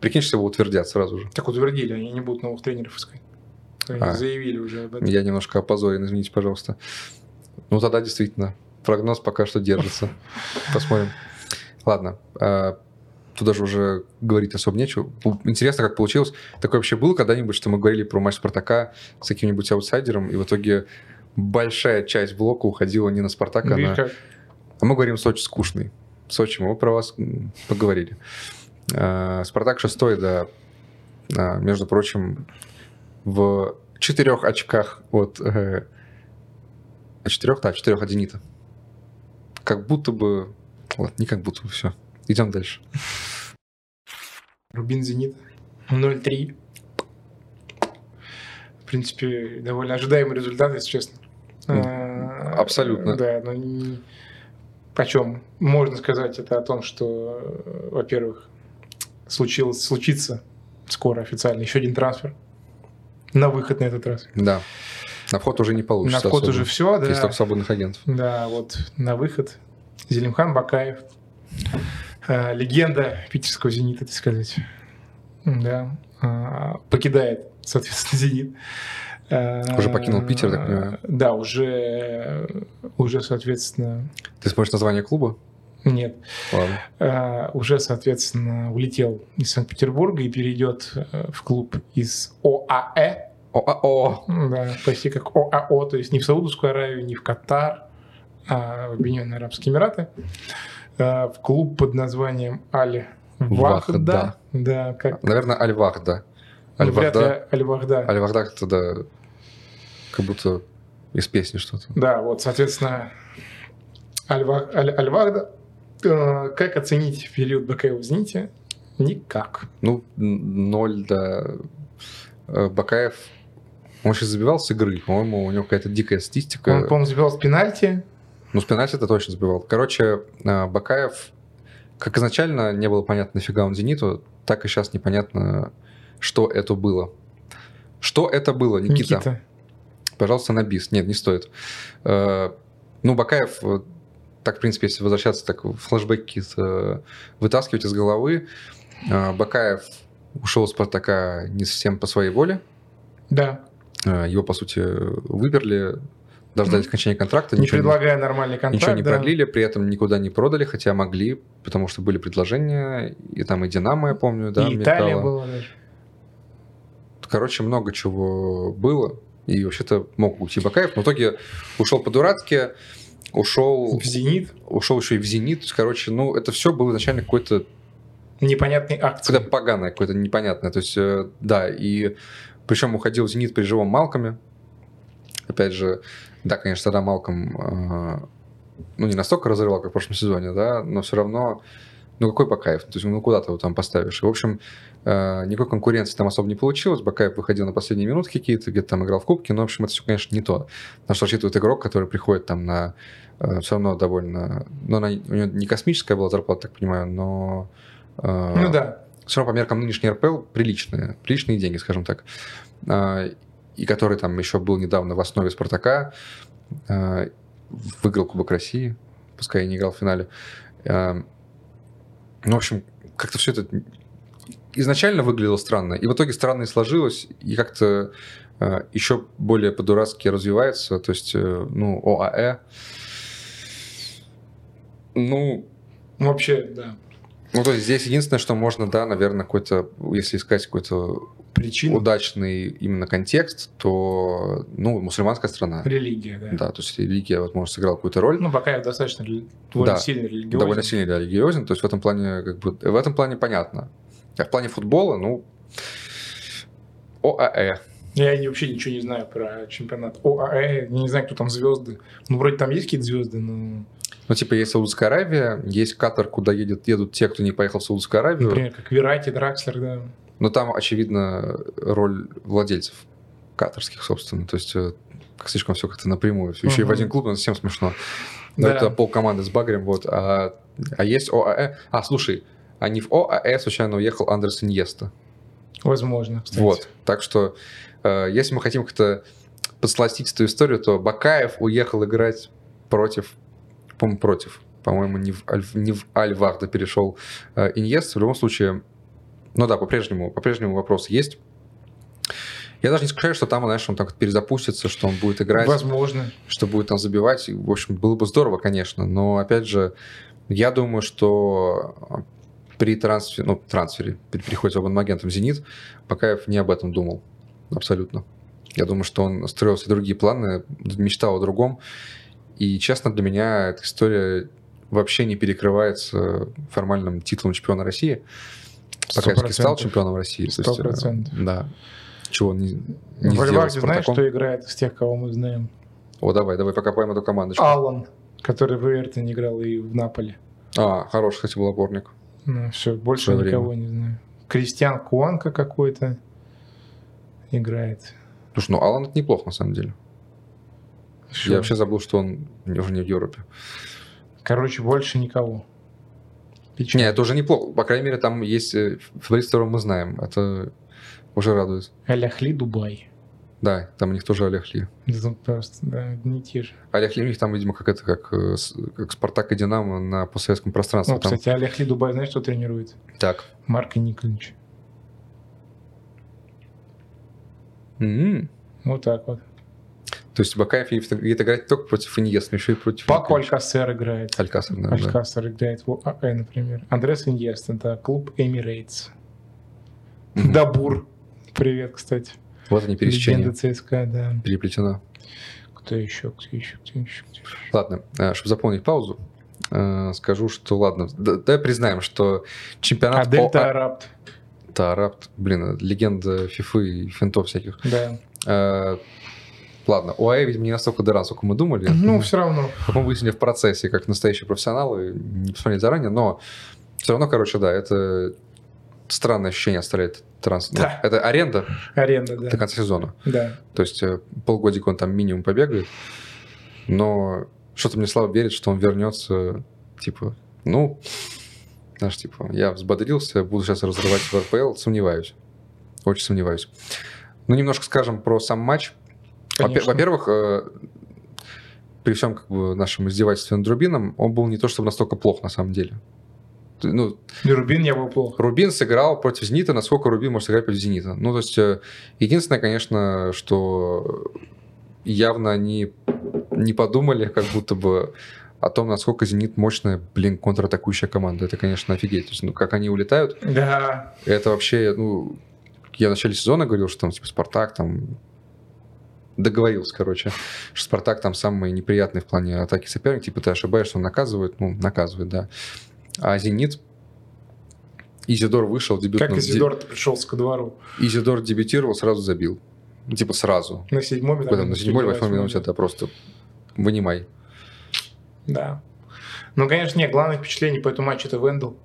[SPEAKER 2] Прикинь, что его утвердят сразу же.
[SPEAKER 1] Так утвердили, они не будут новых тренеров искать. Они
[SPEAKER 2] А.
[SPEAKER 1] заявили уже об этом.
[SPEAKER 2] Я немножко опозорен, извините, пожалуйста. Ну, тогда действительно. Прогноз пока что держится. Посмотрим. Ладно. а, Тут даже уже говорить особо нечего. Пу- Интересно, как получилось. Такое вообще было когда-нибудь, что мы говорили про матч Спартака с каким-нибудь аутсайдером, и в итоге большая часть блока уходила не на Спартака, а
[SPEAKER 1] Видишь,
[SPEAKER 2] на
[SPEAKER 1] как?
[SPEAKER 2] А мы говорим, Сочи скучный. Сочи, мы про вас м, поговорили. А, Спартак шестой, да. А, Между прочим, в четырех очках от... э, а Четырех, да, четырех от Зенита. Как будто бы... Ладно, не как будто бы, все. Идем дальше.
[SPEAKER 1] Рубин Зенит 0-3. В принципе, довольно ожидаемый результат, если честно.
[SPEAKER 2] М,
[SPEAKER 1] А,
[SPEAKER 2] абсолютно.
[SPEAKER 1] Да, но не- о чем можно сказать, это о том, что, э, во-первых, случилось, случится скоро официально еще один трансфер на выход на этот раз.
[SPEAKER 2] Да. На вход уже не получится.
[SPEAKER 1] на вход
[SPEAKER 2] особо.
[SPEAKER 1] уже все, да.
[SPEAKER 2] Есть только свободных агентов.
[SPEAKER 1] Да, вот на выход Зелимхан Бакаев. Э, Легенда питерского «Зенита», так сказать. Да. А, Покидает, соответственно, «Зенит». Э,
[SPEAKER 2] Уже покинул Питер, так понимаю?
[SPEAKER 1] Да, уже, уже, соответственно,
[SPEAKER 2] Ты смотришь название клуба?
[SPEAKER 1] нет,
[SPEAKER 2] Ладно.
[SPEAKER 1] Э, уже, соответственно, улетел из Санкт-Петербурга и перейдет э, в клуб из ОАЭ,
[SPEAKER 2] О-о-о!
[SPEAKER 1] Да, почти как ОАО, то есть не в Саудовскую Аравию, не в Катар, а в Объединенные Арабские Эмираты. А, В клуб под названием Аль Вахда.
[SPEAKER 2] Вахда.
[SPEAKER 1] Да, как...
[SPEAKER 2] Наверное, Аль-Вахда.
[SPEAKER 1] ну, вряд
[SPEAKER 2] Аль-Вахда.
[SPEAKER 1] ли Аль Вахда.
[SPEAKER 2] Альвардак это да, как будто из песни что-то.
[SPEAKER 1] Да, вот, соответственно, Аль Ва- Аль- Аль Вахда. Э, Как оценить период БК в «Зените»? Никак.
[SPEAKER 2] Ну, н- ноль, да. Э, Бакаев, он сейчас забивал с игры, по-моему, у него какая-то дикая статистика.
[SPEAKER 1] Он, по-моему, забивал с пенальти.
[SPEAKER 2] Ну, с пенальти это точно забивал. Короче, э, Бакаев, как изначально не было понятно, нафига он «Зениту», так и сейчас непонятно, что это было. Что это было, Никита?
[SPEAKER 1] Никита.
[SPEAKER 2] Пожалуйста, на бис. Нет, не стоит. Э, Ну, Бакаев, э, так, в принципе, если возвращаться, так флешбеки какие-то вытаскивать из головы. Э, Бакаев ушел из Спартака не совсем по своей воле.
[SPEAKER 1] Да.
[SPEAKER 2] Э, Его, по сути, выберли, дождались окончания контракта.
[SPEAKER 1] Не
[SPEAKER 2] ничего
[SPEAKER 1] предлагая нормальный контракт.
[SPEAKER 2] Ничего не
[SPEAKER 1] да.
[SPEAKER 2] продлили, при этом никуда не продали, хотя могли, потому что были предложения, и там и «Динамо», я помню, да,
[SPEAKER 1] И Италия
[SPEAKER 2] мелькало.
[SPEAKER 1] была даже.
[SPEAKER 2] Короче, много чего было. И вообще-то мог уйти Бакаев. Но в итоге ушел по-дурацки, ушел,
[SPEAKER 1] В «Зенит».
[SPEAKER 2] ушел еще и в «Зенит». То есть, Короче, ну, это все было изначально какое-то
[SPEAKER 1] Непонятные акции.
[SPEAKER 2] какое-то поганое, какое-то непонятное. То есть, э, да, и Причем уходил в «Зенит» при живом Малкоме. Опять же, да, конечно, тогда Малком э, ну, не настолько разрывал, как в прошлом сезоне, да, но все равно, ну, какой Бакаев? То есть, ну, куда ты его там поставишь? И, в общем, э, никакой конкуренции там особо не получилось. Бакаев выходил на последние минутки какие-то, где-то там играл в кубке, но, в общем, это все, конечно, не то, на что рассчитывает игрок, который приходит там на... э, все равно довольно... Ну, она, у него не космическая была зарплата, так понимаю, но... э,
[SPEAKER 1] Ну да.
[SPEAKER 2] все равно по меркам нынешней РПЛ приличные, приличные деньги, скажем так. А, И который там еще был недавно в основе Спартака, а, выиграл Кубок России, пускай и не играл в финале. А, Ну, в общем, как-то все это изначально выглядело странно, и в итоге странно и сложилось, и как-то еще более по-дурацки развивается, то есть, э, ну, ОАЭ, ну,
[SPEAKER 1] Вообще, да.
[SPEAKER 2] ну, то есть здесь единственное, что можно, да, наверное, какой-то, если искать какой-то
[SPEAKER 1] Причина
[SPEAKER 2] удачный именно контекст, то, ну, мусульманская страна.
[SPEAKER 1] религия, да.
[SPEAKER 2] Да, то есть религия, возможно, сыграла какую-то роль.
[SPEAKER 1] Ну, Бакаев достаточно рели- довольно
[SPEAKER 2] Да.
[SPEAKER 1] сильно религиозен.
[SPEAKER 2] Довольно сильно да, религиозен, то есть в этом плане, как бы, в этом плане понятно. А в плане футбола, ну, ОАЭ.
[SPEAKER 1] Я не- вообще ничего не знаю про чемпионат ОАЭ, не знаю, кто там звезды. Ну, вроде там есть какие-то звезды, но,
[SPEAKER 2] Ну, типа, есть Саудовская Аравия, есть Катар, куда едет, едут те, кто не поехал в Саудовскую Аравию,
[SPEAKER 1] например, как Верати, Дракслер, да.
[SPEAKER 2] но там, очевидно, роль владельцев катарских, собственно, то есть э, как слишком все как-то напрямую. Еще и в
[SPEAKER 1] Мгм.
[SPEAKER 2] один клуб, но совсем смешно. Но
[SPEAKER 1] Да.
[SPEAKER 2] это пол команды с багрем, вот. А, а есть ОАЭ. А, слушай, а не в ОАЭ случайно уехал Андерс Иньеста.
[SPEAKER 1] Возможно, кстати.
[SPEAKER 2] Вот. Так что, э, если мы хотим как-то подсластить эту историю, то Бакаев уехал играть против, по-моему, против. По-моему, не в, Аль, не в Альварда перешел э, Иньест. В любом случае, ну да, по-прежнему, по-прежнему вопрос есть. Я даже не исключаю, что там, знаешь, он так вот перезапустится, что он будет играть
[SPEAKER 1] Возможно.
[SPEAKER 2] что будет там забивать. И, В общем, было бы здорово, конечно, но, опять же, я думаю, что а, при трансфере, ну, трансфере, при переходе свободным агентом в «Зенит», Бакаев не об этом думал абсолютно. Я думаю, что он строил все другие планы, мечтал о другом. И, честно, для меня эта история вообще не перекрывается формальным титулом чемпиона России.
[SPEAKER 1] Сто
[SPEAKER 2] Бакаевский стал
[SPEAKER 1] процентов.
[SPEAKER 2] чемпионом России. то
[SPEAKER 1] Сто
[SPEAKER 2] есть, э,
[SPEAKER 1] процентов.
[SPEAKER 2] Да. Чего он не, не
[SPEAKER 1] В
[SPEAKER 2] сделал с
[SPEAKER 1] Альварде знаешь,
[SPEAKER 2] Спартаком.
[SPEAKER 1] кто играет из тех, кого мы знаем?
[SPEAKER 2] О, давай, давай покопаем эту командочку.
[SPEAKER 1] Алан, который в Эвертоне играл и в Наполе.
[SPEAKER 2] А, хороший, кстати, был опорник.
[SPEAKER 1] Ну, все, больше
[SPEAKER 2] Всё время.
[SPEAKER 1] никого не знаю. Кристиан Куанка какой-то играет.
[SPEAKER 2] Слушай, ну Алан это неплохо, на самом деле.
[SPEAKER 1] Всё.
[SPEAKER 2] Я вообще забыл, что он уже не в Европе.
[SPEAKER 1] Короче, больше никого.
[SPEAKER 2] Не,
[SPEAKER 1] Печально.
[SPEAKER 2] это уже неплохо. По крайней мере, там есть э, футболист, которого мы знаем. Это уже радует.
[SPEAKER 1] Аляхли Дубай.
[SPEAKER 2] Да, там у них тоже Олег Ли.
[SPEAKER 1] Да тут просто да, не те же.
[SPEAKER 2] Олег Ли у них там, видимо, как это, как, э, с- как Спартак и Динамо на постсоветском пространстве.
[SPEAKER 1] Ну,
[SPEAKER 2] Там-
[SPEAKER 1] кстати, Аляхли Дубай, знаешь, кто тренирует?
[SPEAKER 2] Так.
[SPEAKER 1] Марко Николич.
[SPEAKER 2] М.
[SPEAKER 1] Вот так вот.
[SPEAKER 2] М-м. То есть типа, Бакаев едет едет играть не только против Иньест, но еще и против...
[SPEAKER 1] Пако
[SPEAKER 2] Николича.
[SPEAKER 1] Алькассер играет.
[SPEAKER 2] Алькасар, да, да.
[SPEAKER 1] Алькассер играет в ОАЭ, например. Андрес Иньест, это клуб Эмирейтс.
[SPEAKER 2] Мгм.
[SPEAKER 1] Дабур. Привет, кстати.
[SPEAKER 2] Вот они пересечения.
[SPEAKER 1] Легенда ЦСКА, да.
[SPEAKER 2] Переплетена.
[SPEAKER 1] Кто еще, кто еще, кто еще, кто еще?
[SPEAKER 2] Ладно, чтобы заполнить паузу, э, скажу, что ладно, да- давай признаем, что чемпионат
[SPEAKER 1] Адель
[SPEAKER 2] по-
[SPEAKER 1] Тарапт,
[SPEAKER 2] а- Тарапт, блин, легенда фифы и финтов всяких.
[SPEAKER 1] да.
[SPEAKER 2] Э, Ладно, ОАЭ, видимо, не настолько дыра, сколько мы думали.
[SPEAKER 1] Ну, все равно.
[SPEAKER 2] Как мы выяснили в процессе, как настоящие профессионалы, не посмотрели заранее, но все равно, короче, да, это странное ощущение оставляет транс. ну,
[SPEAKER 1] Да.
[SPEAKER 2] это аренда
[SPEAKER 1] Аренда, да.
[SPEAKER 2] до конца сезона.
[SPEAKER 1] Да.
[SPEAKER 2] То есть э, полгодика он там минимум побегает, но что-то мне слабо верит, что он вернется, типа, ну, знаешь, типа, я взбодрился, буду сейчас разрывать в РПЛ, сомневаюсь. Очень сомневаюсь. Ну, немножко скажем про сам матч. Во-
[SPEAKER 1] конечно.
[SPEAKER 2] Во-первых, э, при всем как бы, нашем издевательстве над Рубином, он был не то чтобы настолько плох на самом деле. Т- Ну,
[SPEAKER 1] И Рубин я был плохо.
[SPEAKER 2] Рубин сыграл против Зенита, насколько Рубин может сыграть против Зенита. Ну, то есть, э, единственное, конечно, что явно они не подумали как будто бы о том, насколько Зенит мощная, блин, контратакующая команда. Это, конечно, офигеть. То есть, ну, как они улетают,
[SPEAKER 1] Да.
[SPEAKER 2] это вообще, ну, я в начале сезона говорил, что там, типа, Спартак там договорился, короче, что Спартак там самый неприятный в плане атаки соперник, типа ты ошибаешься, он наказывает, ну, наказывает, да. А Зенит, Изидор вышел дебютным.
[SPEAKER 1] Как Изидор пришел к двору?
[SPEAKER 2] Изидор дебютировал, сразу забил. Типа сразу.
[SPEAKER 1] На седьмой минуте.
[SPEAKER 2] Потом на седьмой, или восьмой минуте это просто вынимай.
[SPEAKER 1] Да. Ну, конечно, нет, главное впечатление по этому матчу это Вендел.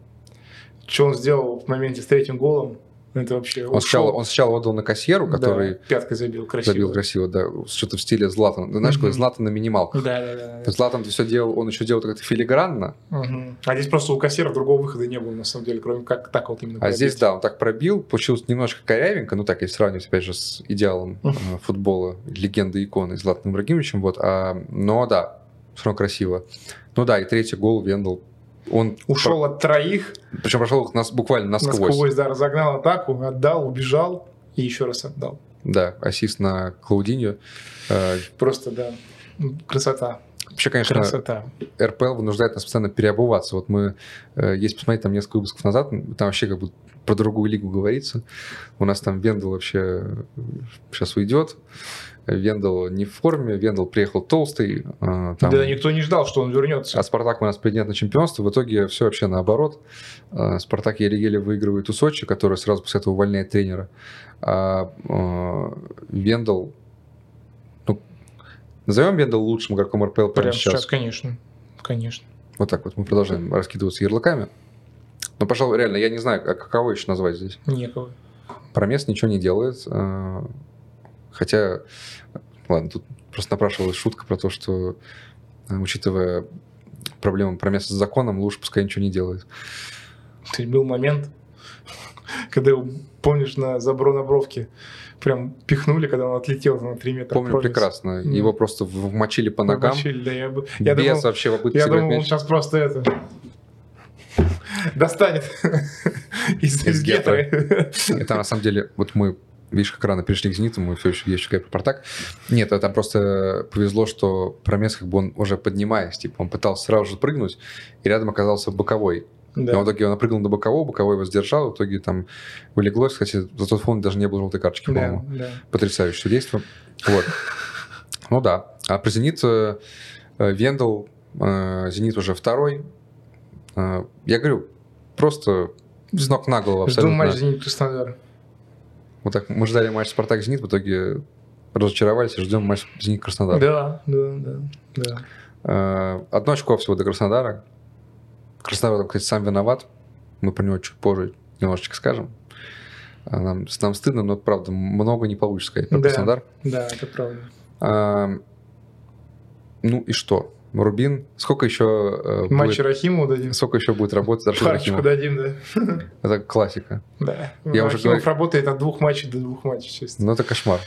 [SPEAKER 1] Что он сделал в моменте с третьим голом, это вообще
[SPEAKER 2] Он сначала, он сначала отдал на кассиру,
[SPEAKER 1] Да,
[SPEAKER 2] который
[SPEAKER 1] пяткой забил красиво.
[SPEAKER 2] забил красиво, да, что-то в стиле Златана. Ты знаешь, какой
[SPEAKER 1] Мгм.
[SPEAKER 2] Златан на минималках.
[SPEAKER 1] Да, да, да. да.
[SPEAKER 2] Златан все делал, он еще делал как-то филигранно,
[SPEAKER 1] Мгм. А здесь просто у кассира другого выхода не было, на самом деле, кроме как так вот именно.
[SPEAKER 2] а
[SPEAKER 1] пробить.
[SPEAKER 2] здесь, да, он так пробил, получилось немножко корявенько, ну так, если сравнивать, опять же, с идеалом э, футбола, легенды иконы Златаном Ибрагимовичем, вот, а, но да, все равно красиво. Ну да, и третий гол Вендел, он
[SPEAKER 1] Ушел от троих,
[SPEAKER 2] про- причем прошел их нас, буквально насквозь.
[SPEAKER 1] насквозь, да, разогнал атаку, отдал, убежал и еще раз отдал.
[SPEAKER 2] Да, ассист на Клаудиньо. Э,
[SPEAKER 1] Просто, да, красота,
[SPEAKER 2] Вообще, конечно,
[SPEAKER 1] красота.
[SPEAKER 2] РПЛ вынуждает нас постоянно переобуваться. Вот мы, э, если посмотреть там несколько выпусков назад, там вообще как бы про другую лигу говорится. У нас там Вендел вообще сейчас уйдет. Вендел не в форме, Вендел приехал толстый. э, там-
[SPEAKER 1] Да никто не ждал, что он вернется.
[SPEAKER 2] А Спартак у нас претендент на чемпионство. В итоге все вообще наоборот. Э, Спартак еле-еле выигрывает у Сочи, который сразу после этого увольняет тренера. А э, Вендел... Ну, назовем Вендел лучшим игроком РПЛ прямо,
[SPEAKER 1] Прямо
[SPEAKER 2] сейчас.
[SPEAKER 1] сейчас, конечно. Конечно.
[SPEAKER 2] Вот так вот мы продолжаем раскидываться ярлыками. Но, пожалуй, реально, я не знаю, а каково еще назвать здесь.
[SPEAKER 1] Некого.
[SPEAKER 2] Промес ничего не делает. э, Хотя, ладно, тут просто напрашивалась шутка про то, что, э, учитывая проблему промеса с законом, лучше пускай ничего не делает.
[SPEAKER 1] То есть был момент, когда его, помнишь, на забро на бровке прям пихнули, когда он отлетел на 3 метра.
[SPEAKER 2] Помню
[SPEAKER 1] Помнишь?
[SPEAKER 2] прекрасно.
[SPEAKER 1] Мгм.
[SPEAKER 2] Его просто в- вмочили по ногам.
[SPEAKER 1] Помочили, да, я, бы- я
[SPEAKER 2] без
[SPEAKER 1] думал,
[SPEAKER 2] вообще попытки
[SPEAKER 1] я
[SPEAKER 2] сыграть
[SPEAKER 1] думал, он
[SPEAKER 2] мяч.
[SPEAKER 1] сейчас просто это достанет из,
[SPEAKER 2] Из
[SPEAKER 1] из гетто.
[SPEAKER 2] Это на самом деле, вот мы, видишь, как рано перешли к «Зениту», мы все еще есть про «Партак». Нет, это просто повезло, что Промес, как бы он уже поднимаясь, типа он пытался сразу же прыгнуть, и рядом оказался боковой. И
[SPEAKER 1] Да.
[SPEAKER 2] он в итоге он напрыгнул до бокового, боковой его сдержал, в итоге там вылеглось, кстати, за тот фон даже не было желтой карточки,
[SPEAKER 1] Да,
[SPEAKER 2] по-моему.
[SPEAKER 1] да.
[SPEAKER 2] Потрясающее действие. Вот. Ну да. А про «Зенит» э, э, Вендел, э, «Зенит» уже второй. Э, Я говорю, просто с ног на голову
[SPEAKER 1] Жду
[SPEAKER 2] абсолютно.
[SPEAKER 1] матч Зенит Краснодар.
[SPEAKER 2] Вот так мы ждали матч Спартак Зенит, в итоге разочаровались, ждем матч Зенит Краснодар.
[SPEAKER 1] Да, да, да, да.
[SPEAKER 2] Э, Одно очко всего до Краснодара. Краснодар, там, кстати, сам виноват. Мы про него чуть позже немножечко скажем. А Нам, нам стыдно, но правда много не получится сказать про
[SPEAKER 1] Да.
[SPEAKER 2] Краснодар.
[SPEAKER 1] Да, это правда.
[SPEAKER 2] А, ну и что? Рубин, сколько еще э,
[SPEAKER 1] Матч
[SPEAKER 2] будет,
[SPEAKER 1] Рахиму дадим.
[SPEAKER 2] сколько еще будет работать Рашид
[SPEAKER 1] Парочку
[SPEAKER 2] Рахимов?
[SPEAKER 1] дадим, да.
[SPEAKER 2] Это классика.
[SPEAKER 1] Да.
[SPEAKER 2] Я уже
[SPEAKER 1] Рахимов
[SPEAKER 2] говорил-
[SPEAKER 1] работает от двух матчей до двух матчей, честно.
[SPEAKER 2] Ну это кошмар.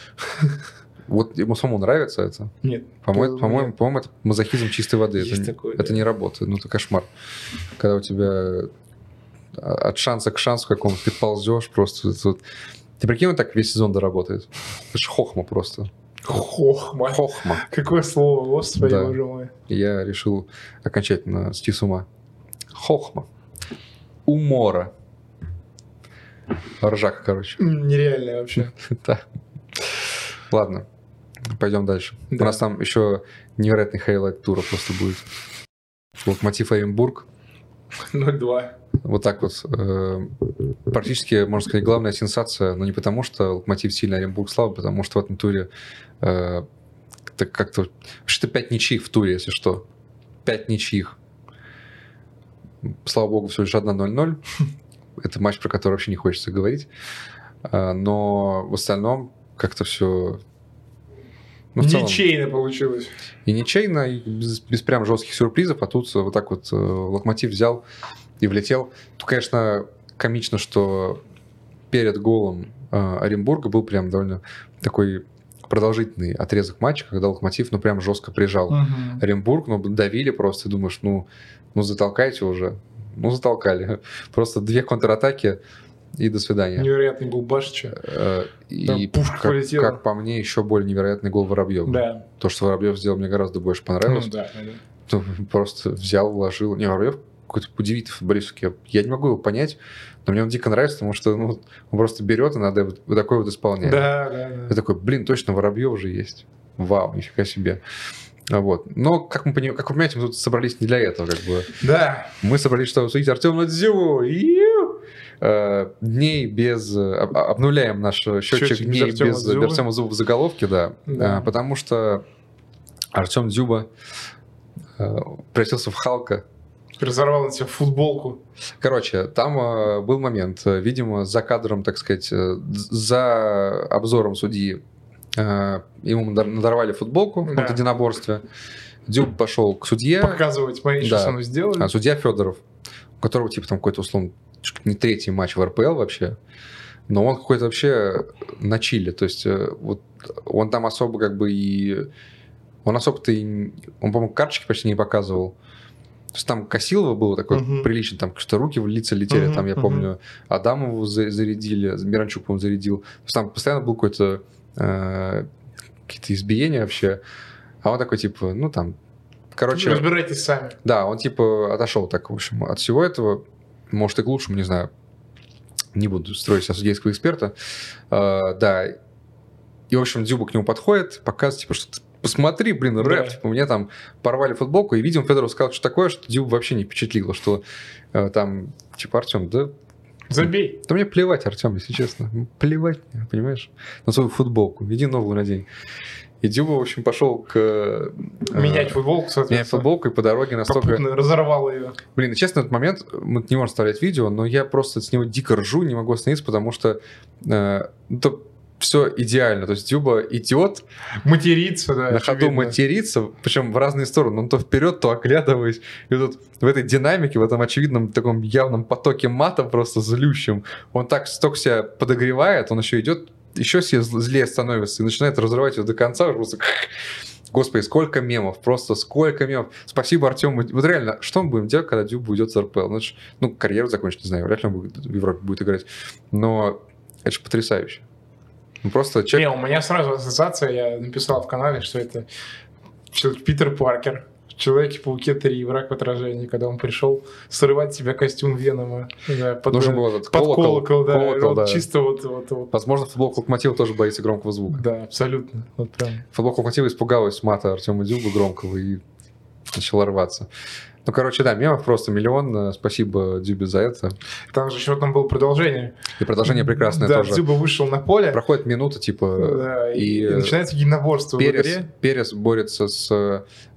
[SPEAKER 2] Вот ему самому нравится это.
[SPEAKER 1] Нет.
[SPEAKER 2] По-моему,
[SPEAKER 1] По-моему,
[SPEAKER 2] по-моему, по-моему, это мазохизм чистой воды.
[SPEAKER 1] Есть
[SPEAKER 2] это, не-
[SPEAKER 1] такое,
[SPEAKER 2] это
[SPEAKER 1] да.
[SPEAKER 2] не работает. Ну, это кошмар. Когда у тебя а- от шанса к шансу какому-то ты ползешь просто. это вот- Ты прикинь, он так весь сезон доработает? Это ж хохма просто.
[SPEAKER 1] Хохма.
[SPEAKER 2] Хохма.
[SPEAKER 1] Какое слово, господи,
[SPEAKER 2] Да.
[SPEAKER 1] боже мой.
[SPEAKER 2] И Я решил окончательно сойти с ума. Хохма. Умора. Ржака, короче.
[SPEAKER 1] М, Нереально вообще.
[SPEAKER 2] Да. Ладно. Пойдем дальше. У
[SPEAKER 1] Да.
[SPEAKER 2] нас там еще невероятный хайлайт тура просто будет. Локомотив Оренбург.
[SPEAKER 1] 0-2.
[SPEAKER 2] Вот так вот. э, Практически, можно сказать, главная сенсация, но не потому, что Локомотив а сильно Оренбург слаб, потому что в этом туре э, как-то- как-то... Вообще-то 5 ничьих в туре, если что. 5 ничьих. Слава богу, всего лишь 1-0-0. Это матч, про который вообще не хочется говорить. А, Но в остальном как-то все... Ну,
[SPEAKER 1] Ничейно получилось.
[SPEAKER 2] И ничейно, и без, без прям жестких сюрпризов, а тут э, вот так вот э, Локомотив взял и влетел. Тут, конечно, комично, что перед голом э, Оренбурга был прям довольно такой продолжительный отрезок матча, когда Локомотив, ну, прям жестко прижал
[SPEAKER 1] Мгм.
[SPEAKER 2] Оренбург, ну, давили просто, и думаешь, ну, ну, затолкайте уже. Ну, затолкали. Просто две контратаки и до свидания.
[SPEAKER 1] Невероятный был Башича.
[SPEAKER 2] Э,
[SPEAKER 1] Там
[SPEAKER 2] И
[SPEAKER 1] пушка
[SPEAKER 2] как,
[SPEAKER 1] полетела.
[SPEAKER 2] как по мне, еще более невероятный гол Воробьева.
[SPEAKER 1] Да.
[SPEAKER 2] То, что Воробьев сделал, мне гораздо больше
[SPEAKER 1] Ну
[SPEAKER 2] понравилось.
[SPEAKER 1] да, да, да.
[SPEAKER 2] Ну, просто взял, вложил. Не, Воробьев какой-то удивительный футболист. Я, я не могу его понять, но мне он дико нравится, потому что ну, он просто берет и надо вот, вот такое вот исполнять.
[SPEAKER 1] Да, да,
[SPEAKER 2] Я
[SPEAKER 1] да.
[SPEAKER 2] такой, блин, точно Воробьев же есть. Вау, нифига себе. А Вот. Но, как, мы пони- как вы понимаете, мы тут собрались не для этого. Как бы.
[SPEAKER 1] Да.
[SPEAKER 2] Мы собрались, чтобы обсудить Артема Дзю. Ию! э, дней без... э, об- Обнуляем наш э, счетчик,
[SPEAKER 1] Счетчик без
[SPEAKER 2] дней
[SPEAKER 1] Артема
[SPEAKER 2] без
[SPEAKER 1] Дзюбы.
[SPEAKER 2] Артема Зуба в заголовке, да.
[SPEAKER 1] Да.
[SPEAKER 2] Э, Потому что Артем Дзюба э, превратился в Халка.
[SPEAKER 1] Разорвал на себя футболку.
[SPEAKER 2] Короче, там э, был момент, э, видимо, за кадром, так сказать, э, з- за обзором судьи э, ему надар- надорвали футболку в каком-то
[SPEAKER 1] Да.
[SPEAKER 2] единоборстве. Дюб пошел к судье,
[SPEAKER 1] Показывать, смотри, что
[SPEAKER 2] Да.
[SPEAKER 1] со мной сделали.
[SPEAKER 2] а судья Федоров, у которого, типа, там какой-то, условно, чуть ли не третий матч в РПЛ вообще, но он какой-то вообще на чиле, то есть э, вот он там особо как бы и... Он особо-то и... н- Он, по-моему, карточки почти не показывал. То есть там Косилова было такое
[SPEAKER 1] Мгм.
[SPEAKER 2] прилично, там что руки в лица летели,
[SPEAKER 1] Мгм,
[SPEAKER 2] там, я
[SPEAKER 1] мгм.
[SPEAKER 2] помню, Адамову за- зарядили, Миранчук, по-моему, зарядил. То есть там постоянно был какой-то... э, какие-то избиения вообще. А он такой, типа, ну там... Короче,
[SPEAKER 1] Разбирайтесь сами.
[SPEAKER 2] да, он типа отошел так, в общем, от всего этого. Может, и к лучшему, не знаю. Не буду строить себя судейского эксперта. Э, да. И, в общем, Дзюба к нему подходит, показывает, типа, что ты посмотри, блин, рэп,
[SPEAKER 1] Да.
[SPEAKER 2] типа, мне там порвали футболку, и, видимо, Федоров сказал что такое, что Дзюба вообще не впечатлило, что э, там, типа, Артем, да,
[SPEAKER 1] Забей.
[SPEAKER 2] да мне плевать, Артем, если честно. Ну, Плевать, мне, понимаешь, на свою футболку. Иди новую надень. И Дзюба, в общем, пошел к... э,
[SPEAKER 1] Менять футболку, соответственно.
[SPEAKER 2] менять футболку, и по дороге настолько...
[SPEAKER 1] Попутно разорвал ее.
[SPEAKER 2] Блин, и честно, этот момент, э, мы не можем вставлять видео, но я просто с него дико ржу, не могу остановиться, потому что э, это все идеально. То есть Дюба идет,
[SPEAKER 1] Материться, да.
[SPEAKER 2] на ходу
[SPEAKER 1] очевидно.
[SPEAKER 2] матерится, причем в разные стороны. Он то вперед, то оглядываясь. И тут в этой динамике, в этом очевидном таком явном потоке мата просто злющем, он так столько себя подогревает, он еще идет, еще себе зл- злее становится и начинает разрывать его до конца. уже Просто... Господи, сколько мемов, просто сколько мемов. Спасибо Артему. Вот реально, что мы будем делать, когда Дюб уйдет с РПЛ? Ну, это ж- ну, карьеру закончить, не знаю, вряд ли он будет- в Европе будет играть. Но это же потрясающе. Ну, Просто человек...
[SPEAKER 1] Не, у меня сразу ассоциация, я написал в канале, что это чел- Питер Паркер. в Человеке-пауке 3, враг в отражении, когда он пришел срывать с себя костюм Венома. да, под,
[SPEAKER 2] Нужен
[SPEAKER 1] э,
[SPEAKER 2] был этот
[SPEAKER 1] под
[SPEAKER 2] колокол.
[SPEAKER 1] колокол, да,
[SPEAKER 2] Колокол,
[SPEAKER 1] вот
[SPEAKER 2] да.
[SPEAKER 1] чисто вот, вот, вот.
[SPEAKER 2] Возможно, футболка локомотива тоже боится громкого звука.
[SPEAKER 1] Да, абсолютно. Вот прям.
[SPEAKER 2] Футболка локомотива испугалась мата Артема Дюба громкого и начала рваться. Ну, короче, да, мемов просто миллион. Э, Спасибо Дюбе за это.
[SPEAKER 1] Там же еще там было продолжение.
[SPEAKER 2] И продолжение прекрасное
[SPEAKER 1] да,
[SPEAKER 2] тоже.
[SPEAKER 1] Дзюба вышел на поле,
[SPEAKER 2] Проходит минута, типа...
[SPEAKER 1] да, и,
[SPEAKER 2] и, э,
[SPEAKER 1] и начинается единоборство в
[SPEAKER 2] Перес,
[SPEAKER 1] игре.
[SPEAKER 2] Перес борется с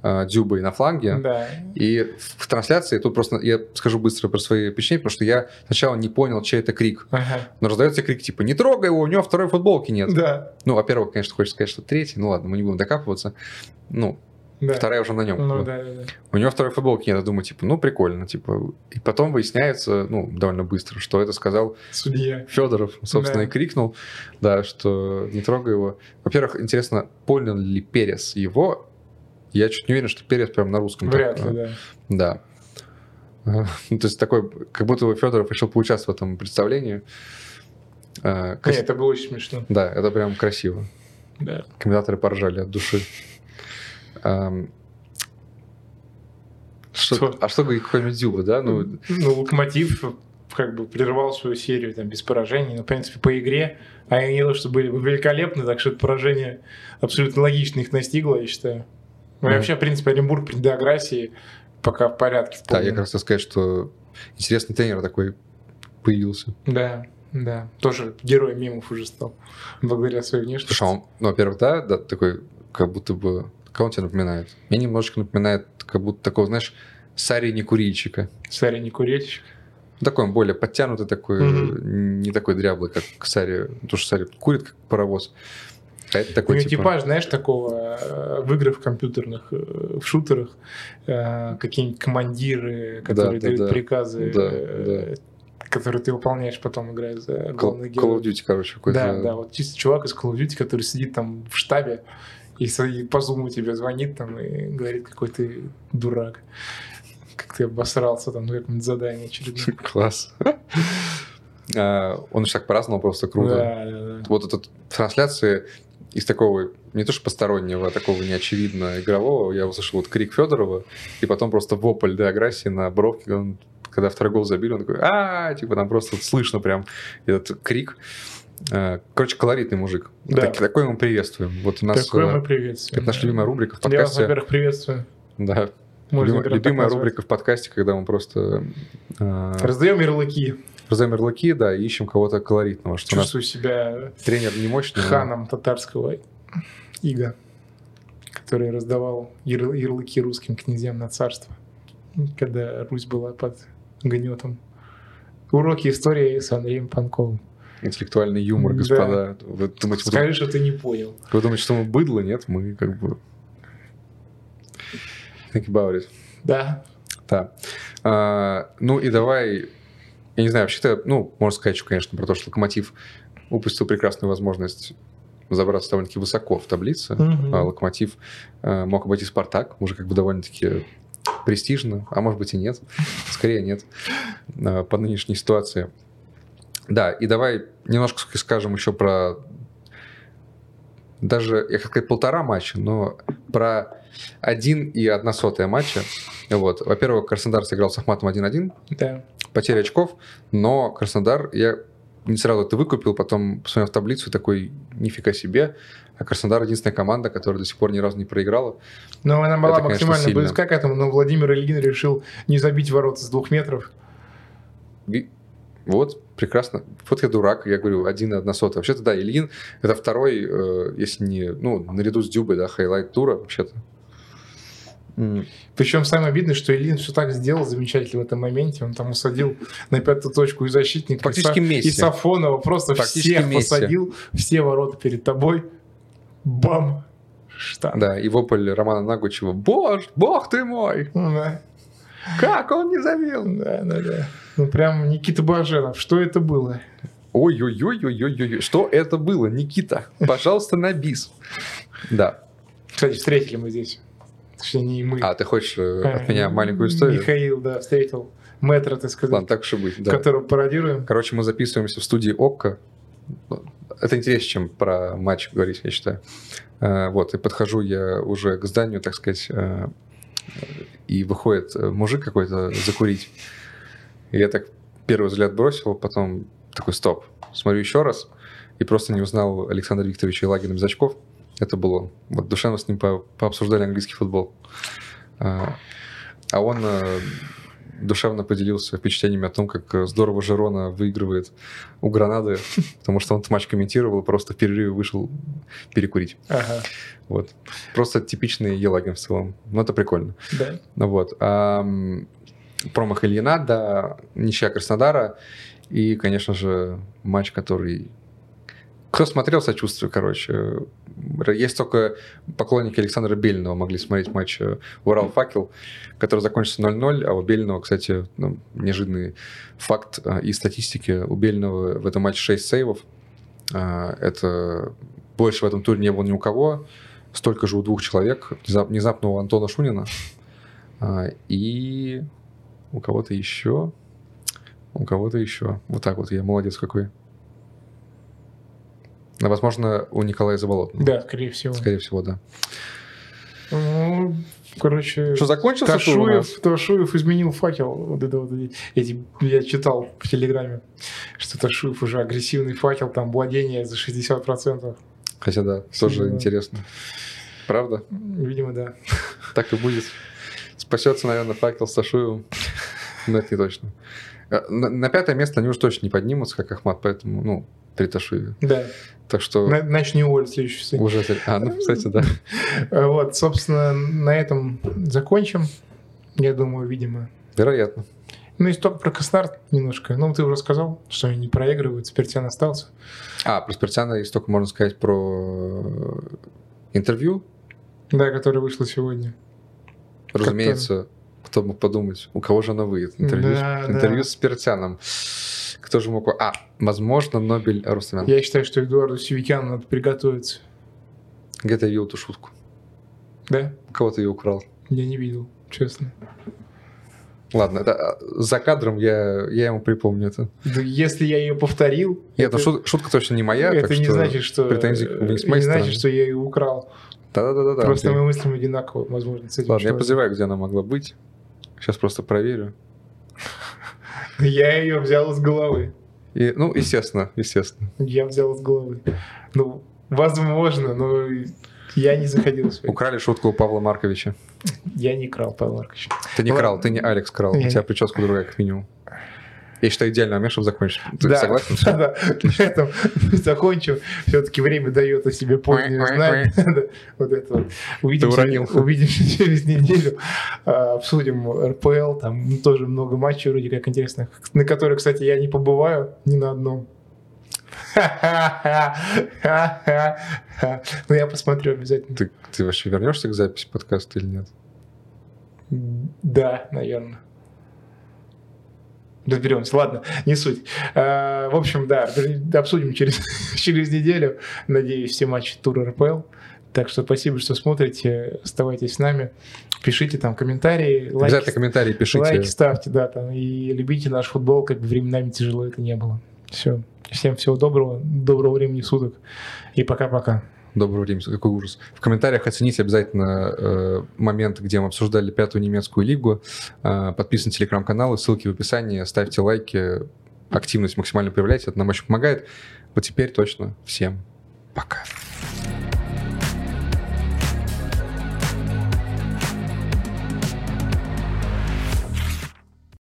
[SPEAKER 2] э, Дюбой на фланге.
[SPEAKER 1] Да.
[SPEAKER 2] И в в трансляции, тут просто я скажу быстро про свои впечатления, потому что я сначала не понял, чей это крик.
[SPEAKER 1] Ага.
[SPEAKER 2] Но раздается крик типа «Не трогай его, у него второй футболки нет».
[SPEAKER 1] Да,
[SPEAKER 2] Ну, во-первых, конечно, хочется сказать, что третий. Ну ладно, мы не будем докапываться. Ну,
[SPEAKER 1] да.
[SPEAKER 2] вторая уже на нем.
[SPEAKER 1] Ну да, да, да.
[SPEAKER 2] У него второй футболки нет. Я думаю, типа, ну, прикольно. типа. И потом выясняется, ну, довольно быстро, что это сказал
[SPEAKER 1] Судья.
[SPEAKER 2] Федоров, собственно,
[SPEAKER 1] Да.
[SPEAKER 2] и крикнул, да, что не трогай его. Во-первых, интересно, понял ли Перес его? Я чуть не уверен, что Перес прям на русском. так,
[SPEAKER 1] Вряд
[SPEAKER 2] э,
[SPEAKER 1] ли, да.
[SPEAKER 2] Да. Э, ну, То есть такой, как будто бы Федоров решил поучаствовать в этом представлении. Э, крас-
[SPEAKER 1] Нет, это было очень смешно.
[SPEAKER 2] Да, это прям красиво.
[SPEAKER 1] Да.
[SPEAKER 2] Комментаторы поржали от души. Эм, что-
[SPEAKER 1] Что?
[SPEAKER 2] А что говорит какой-нибудь Дзюба, да? Ну,
[SPEAKER 1] Ну, Локомотив как бы прервал свою серию там без поражений, но в принципе по игре они не то что были великолепны, так что это поражение абсолютно логично их настигло, я считаю. Ну, и
[SPEAKER 2] Да.
[SPEAKER 1] вообще, в принципе, Оренбург при Деографии пока в порядке. в
[SPEAKER 2] да,
[SPEAKER 1] полном.
[SPEAKER 2] я как раз хотел сказать, что интересный тренер такой появился.
[SPEAKER 1] Да, да. Тоже герой мимов уже стал благодаря своей внешности.
[SPEAKER 2] Слушай, а он, ну, во-первых, да, да, такой, как будто бы... Кого он тебе напоминает? Мне немножечко напоминает, как будто такого, знаешь, Сари не курильщика.
[SPEAKER 1] Царь а не курильщик.
[SPEAKER 2] Такой он более подтянутый такой,
[SPEAKER 1] Мгм.
[SPEAKER 2] не такой дряблый, как Сари. Потому что Сари курит, как паровоз. А это
[SPEAKER 1] У
[SPEAKER 2] такой,
[SPEAKER 1] него
[SPEAKER 2] типа...
[SPEAKER 1] Ну, типаж, знаешь, такого э, в играх компьютерных, э, в шутерах, э, какие-нибудь командиры, которые
[SPEAKER 2] да,
[SPEAKER 1] дают
[SPEAKER 2] да.
[SPEAKER 1] приказы,
[SPEAKER 2] Да,
[SPEAKER 1] э, которые ты выполняешь потом, играя за
[SPEAKER 2] Call,
[SPEAKER 1] главный
[SPEAKER 2] Call of
[SPEAKER 1] герой.
[SPEAKER 2] Duty, короче, какой-то.
[SPEAKER 1] Да, да, вот чисто чувак из Call of Duty, который сидит там в штабе и, со- и по зуму тебе звонит там и говорит, какой ты дурак, как ты обосрался там на каком-нибудь задании очередном.
[SPEAKER 2] Класс. А, Он же так праздновал просто круто.
[SPEAKER 1] Да, да, да.
[SPEAKER 2] Вот этот в трансляции из такого, не то что постороннего, а такого неочевидно игрового, я услышал вот крик Федорова, и потом просто вопль Деограссии на бровке, когда он- когда второй гол забили, он такой, а типа там просто вот слышно прям этот крик. А, Короче, колоритный мужик.
[SPEAKER 1] Да.
[SPEAKER 2] Так- Такой мы приветствуем. Вот у нас
[SPEAKER 1] Такое мы
[SPEAKER 2] э,
[SPEAKER 1] приветствуем.
[SPEAKER 2] это наша любимая рубрика в
[SPEAKER 1] Я вас,
[SPEAKER 2] подкасте.
[SPEAKER 1] во-первых, приветствую.
[SPEAKER 2] Да.
[SPEAKER 1] Можно прям
[SPEAKER 2] Любимая
[SPEAKER 1] так
[SPEAKER 2] любимая
[SPEAKER 1] назвать.
[SPEAKER 2] рубрика в подкасте, когда мы просто э,
[SPEAKER 1] Раздаем ярлыки.
[SPEAKER 2] за ярлыки, да, и ищем кого-то колоритного. Что у нас
[SPEAKER 1] Чувствую себя
[SPEAKER 2] тренер не мощный. но-
[SPEAKER 1] ханом татарского ига, который раздавал яр- ярлыки русским князьям на царство, когда Русь была под гнетом. Уроки истории с Андреем Панковым.
[SPEAKER 2] Интеллектуальный юмор,
[SPEAKER 1] Да.
[SPEAKER 2] господа. Вы думаете, вы,
[SPEAKER 1] Скажи, что ты не понял.
[SPEAKER 2] думаете- вы думаете, что мы быдло? Нет, мы как бы... Think about it.
[SPEAKER 1] Да.
[SPEAKER 2] Да. А, ну и давай, я не знаю, вообще-то, ну, можно сказать еще, конечно, про то, что Локомотив упустил прекрасную возможность забраться довольно-таки высоко в таблице.
[SPEAKER 1] Мгм.
[SPEAKER 2] А Локомотив э, мог обойти Спартак, уже как бы довольно-таки престижно, а может быть и нет, скорее нет, э, по нынешней ситуации. Да, и давай немножко ск- скажем еще про даже, я хотел сказать, полтора матча, но про один и одна сотая матча. Вот. Во-первых, Краснодар сыграл с Ахматом 1-1,
[SPEAKER 1] Да.
[SPEAKER 2] потеря очков, но Краснодар, я не сразу это выкупил, потом посмотрел в таблицу и такой, нифига себе, а Краснодар единственная команда, которая до сих пор ни разу не проиграла.
[SPEAKER 1] Но она была
[SPEAKER 2] Это, конечно,
[SPEAKER 1] максимально
[SPEAKER 2] сильно.
[SPEAKER 1] близка к этому, но Владимир Ильин решил не забить ворота с двух метров.
[SPEAKER 2] И вот, прекрасно. Вот я дурак, я говорю, один и одна сотая. Вообще-то, да, Ильин, это второй, э, если не, ну, наряду с Дюбой, да, хайлайт тура, вообще-то. М,
[SPEAKER 1] Причем самое обидное, что Ильин все так сделал замечательно в этом моменте. Он там усадил на пятую точку и защитника,
[SPEAKER 2] Практически
[SPEAKER 1] и, Са-
[SPEAKER 2] Месси.
[SPEAKER 1] и Сафонова. Просто
[SPEAKER 2] Практически
[SPEAKER 1] всех
[SPEAKER 2] Месси.
[SPEAKER 1] посадил, все ворота перед тобой. Бам! Штан.
[SPEAKER 2] Да, и вопль Романа Нагучева. Боже, бог ты мой,
[SPEAKER 1] Ну Да.
[SPEAKER 2] как он не забил?
[SPEAKER 1] да, да, да. Ну прям Никита Баженов, что это было?
[SPEAKER 2] Ой-ой-ой-ой-ой-ой, что это было, Никита? Пожалуйста, на бис. Да.
[SPEAKER 1] Кстати, встретили мы здесь. Точнее, не мы.
[SPEAKER 2] А, ты хочешь э,
[SPEAKER 1] А,
[SPEAKER 2] от меня маленькую историю?
[SPEAKER 1] Михаил, да, встретил. Мэтра, так сказать,
[SPEAKER 2] Ладно, так уж и быть, да.
[SPEAKER 1] которого пародируем.
[SPEAKER 2] Короче, мы записываемся в студии ОККО. Это интереснее, чем про матч говорить, я считаю. Э, Вот, и подхожу я уже к зданию, так сказать, э, и выходит э, мужик какой-то закурить. И я так первый взгляд бросил, потом такой, стоп, смотрю еще раз, и просто не узнал Александра Викторовича Елагина без очков. Это был он. Вот душевно с ним по- пообсуждали английский футбол. А а он э, душевно поделился впечатлениями о том, как э, здорово Жерона выигрывает у Гранады, потому что он этот матч комментировал, просто в перерыве вышел перекурить.
[SPEAKER 1] Ага,
[SPEAKER 2] Вот. Просто типичный Елагин в целом. Но это прикольно.
[SPEAKER 1] да.
[SPEAKER 2] Ну Вот. Ам, промах Ильина, да, ничья Краснодара. И, конечно же, матч, который... Кто смотрел, сочувствую, короче. Р- Есть только поклонники Александра Бельного могли смотреть матч э, Урал-Факел, который закончился 0-0, а у Бельного, кстати, ну, неожиданный факт э, и статистики, у Бельного в этом матче 6 сейвов. А, Это больше в этом туре не было ни у кого, столько же у двух человек, Внезап- внезапно у Антона Шунина, а, И у кого-то еще. У кого-то еще. Вот так вот я молодец какой. А, Возможно, у Николая Заболотного.
[SPEAKER 1] Да, скорее всего.
[SPEAKER 2] Скорее всего, да.
[SPEAKER 1] Ну, короче...
[SPEAKER 2] Что, закончился тур у нас?
[SPEAKER 1] Ташуев, Ташуев изменил факел. Вот это вот эти, я читал в Телеграме, что Ташуев уже агрессивный факел, там владение за 60%.
[SPEAKER 2] Хотя да, тоже
[SPEAKER 1] Да.
[SPEAKER 2] интересно. Правда?
[SPEAKER 1] Видимо, да.
[SPEAKER 2] Так и будет. Спасется, наверное, факел с Сашуевым. Но это не точно. А, На, на пятое место они уже точно не поднимутся, как Ахмат, поэтому, ну, при Ташуеве.
[SPEAKER 1] Да.
[SPEAKER 2] Так что
[SPEAKER 1] На- Начни уволить в следующий сезон.
[SPEAKER 2] уже... А, ну, кстати, да.
[SPEAKER 1] А Вот, собственно, на этом закончим. Я думаю, видимо.
[SPEAKER 2] Вероятно.
[SPEAKER 1] Ну, и только про Краснодар немножко. Ну, ты уже сказал, что они не проигрывают, Спиртян остался.
[SPEAKER 2] А, про Спиртяна есть только можно сказать про э, интервью.
[SPEAKER 1] Да, которое вышло сегодня.
[SPEAKER 2] Разумеется, кто мог подумать, у кого же оно выйдет? Интервью, с-
[SPEAKER 1] Да,
[SPEAKER 2] интервью
[SPEAKER 1] да.
[SPEAKER 2] с Спиртяном. Кто же мог... А, возможно, Нобель Рустамян.
[SPEAKER 1] Я считаю, что Эдуарду Севикяну надо приготовиться.
[SPEAKER 2] Где-то я видел эту шутку.
[SPEAKER 1] Да?
[SPEAKER 2] У Кого-то ее украл.
[SPEAKER 1] Я не видел, честно.
[SPEAKER 2] Ладно, это, а, за кадром я, я ему припомню это.
[SPEAKER 1] Да если я ее повторил,
[SPEAKER 2] Нет, ну, шут- шутка точно не моя,
[SPEAKER 1] это
[SPEAKER 2] так
[SPEAKER 1] не
[SPEAKER 2] что...
[SPEAKER 1] значит, что
[SPEAKER 2] претензий
[SPEAKER 1] э,
[SPEAKER 2] к- не с моей
[SPEAKER 1] не значит,
[SPEAKER 2] стороны.
[SPEAKER 1] что я ее украл.
[SPEAKER 2] Да-да-да-да.
[SPEAKER 1] Просто
[SPEAKER 2] окей.
[SPEAKER 1] мы мыслим одинаково, возможно, с этим
[SPEAKER 2] Ладно, я
[SPEAKER 1] человеком.
[SPEAKER 2] подозреваю, где она могла быть. Сейчас просто проверю.
[SPEAKER 1] Я ее взял из головы.
[SPEAKER 2] И, ну, естественно, естественно.
[SPEAKER 1] Я взял из головы. Ну, возможно, но я не заходил в свои.
[SPEAKER 2] Украли шутку у Павла Марковича.
[SPEAKER 1] Я не крал, Павел Маркович.
[SPEAKER 2] Ты не
[SPEAKER 1] Ладно.
[SPEAKER 2] крал, ты не Алекс крал. У
[SPEAKER 1] Я
[SPEAKER 2] тебя
[SPEAKER 1] не-
[SPEAKER 2] прическа другая, как минимум. Я считаю, идеальный момент, чтобы закончить. Ты
[SPEAKER 1] да,
[SPEAKER 2] согласен?
[SPEAKER 1] Да, да. На этом мы закончим. Все-таки время дает о себе позднее знать. Да, Вот это вот. Увидимся,
[SPEAKER 2] уронил.
[SPEAKER 1] увидимся через неделю. А, Обсудим РПЛ. Там тоже много матчей вроде как интересных, на которые, кстати, я не побываю ни на одном. Ха-ха-ха-ха-ха. Ну, я посмотрю обязательно.
[SPEAKER 2] Ты, ты вообще вернешься к записи подкаста или нет?
[SPEAKER 1] Да, наверное. Разберемся. Ладно, не суть. Э, В общем, да, вер- обсудим через, через неделю. Надеюсь, все матчи тура РПЛ. Так что спасибо, что смотрите. Оставайтесь с нами. Пишите там комментарии,
[SPEAKER 2] Обязательно
[SPEAKER 1] лайки,
[SPEAKER 2] комментарии пишите.
[SPEAKER 1] лайки ставьте, да, там, и любите наш футбол, как бы временами тяжело это не было. Все. Всем всего доброго, доброго времени суток. И пока-пока.
[SPEAKER 2] Доброго времени, суток, какой ужас. В комментариях оцените обязательно э, момент, где мы обсуждали пятую немецкую лигу. Э, подписывайтесь на телеграм-канал, ссылки в описании, ставьте лайки, активность максимально проявляйте, это нам очень помогает. Вот теперь точно всем пока.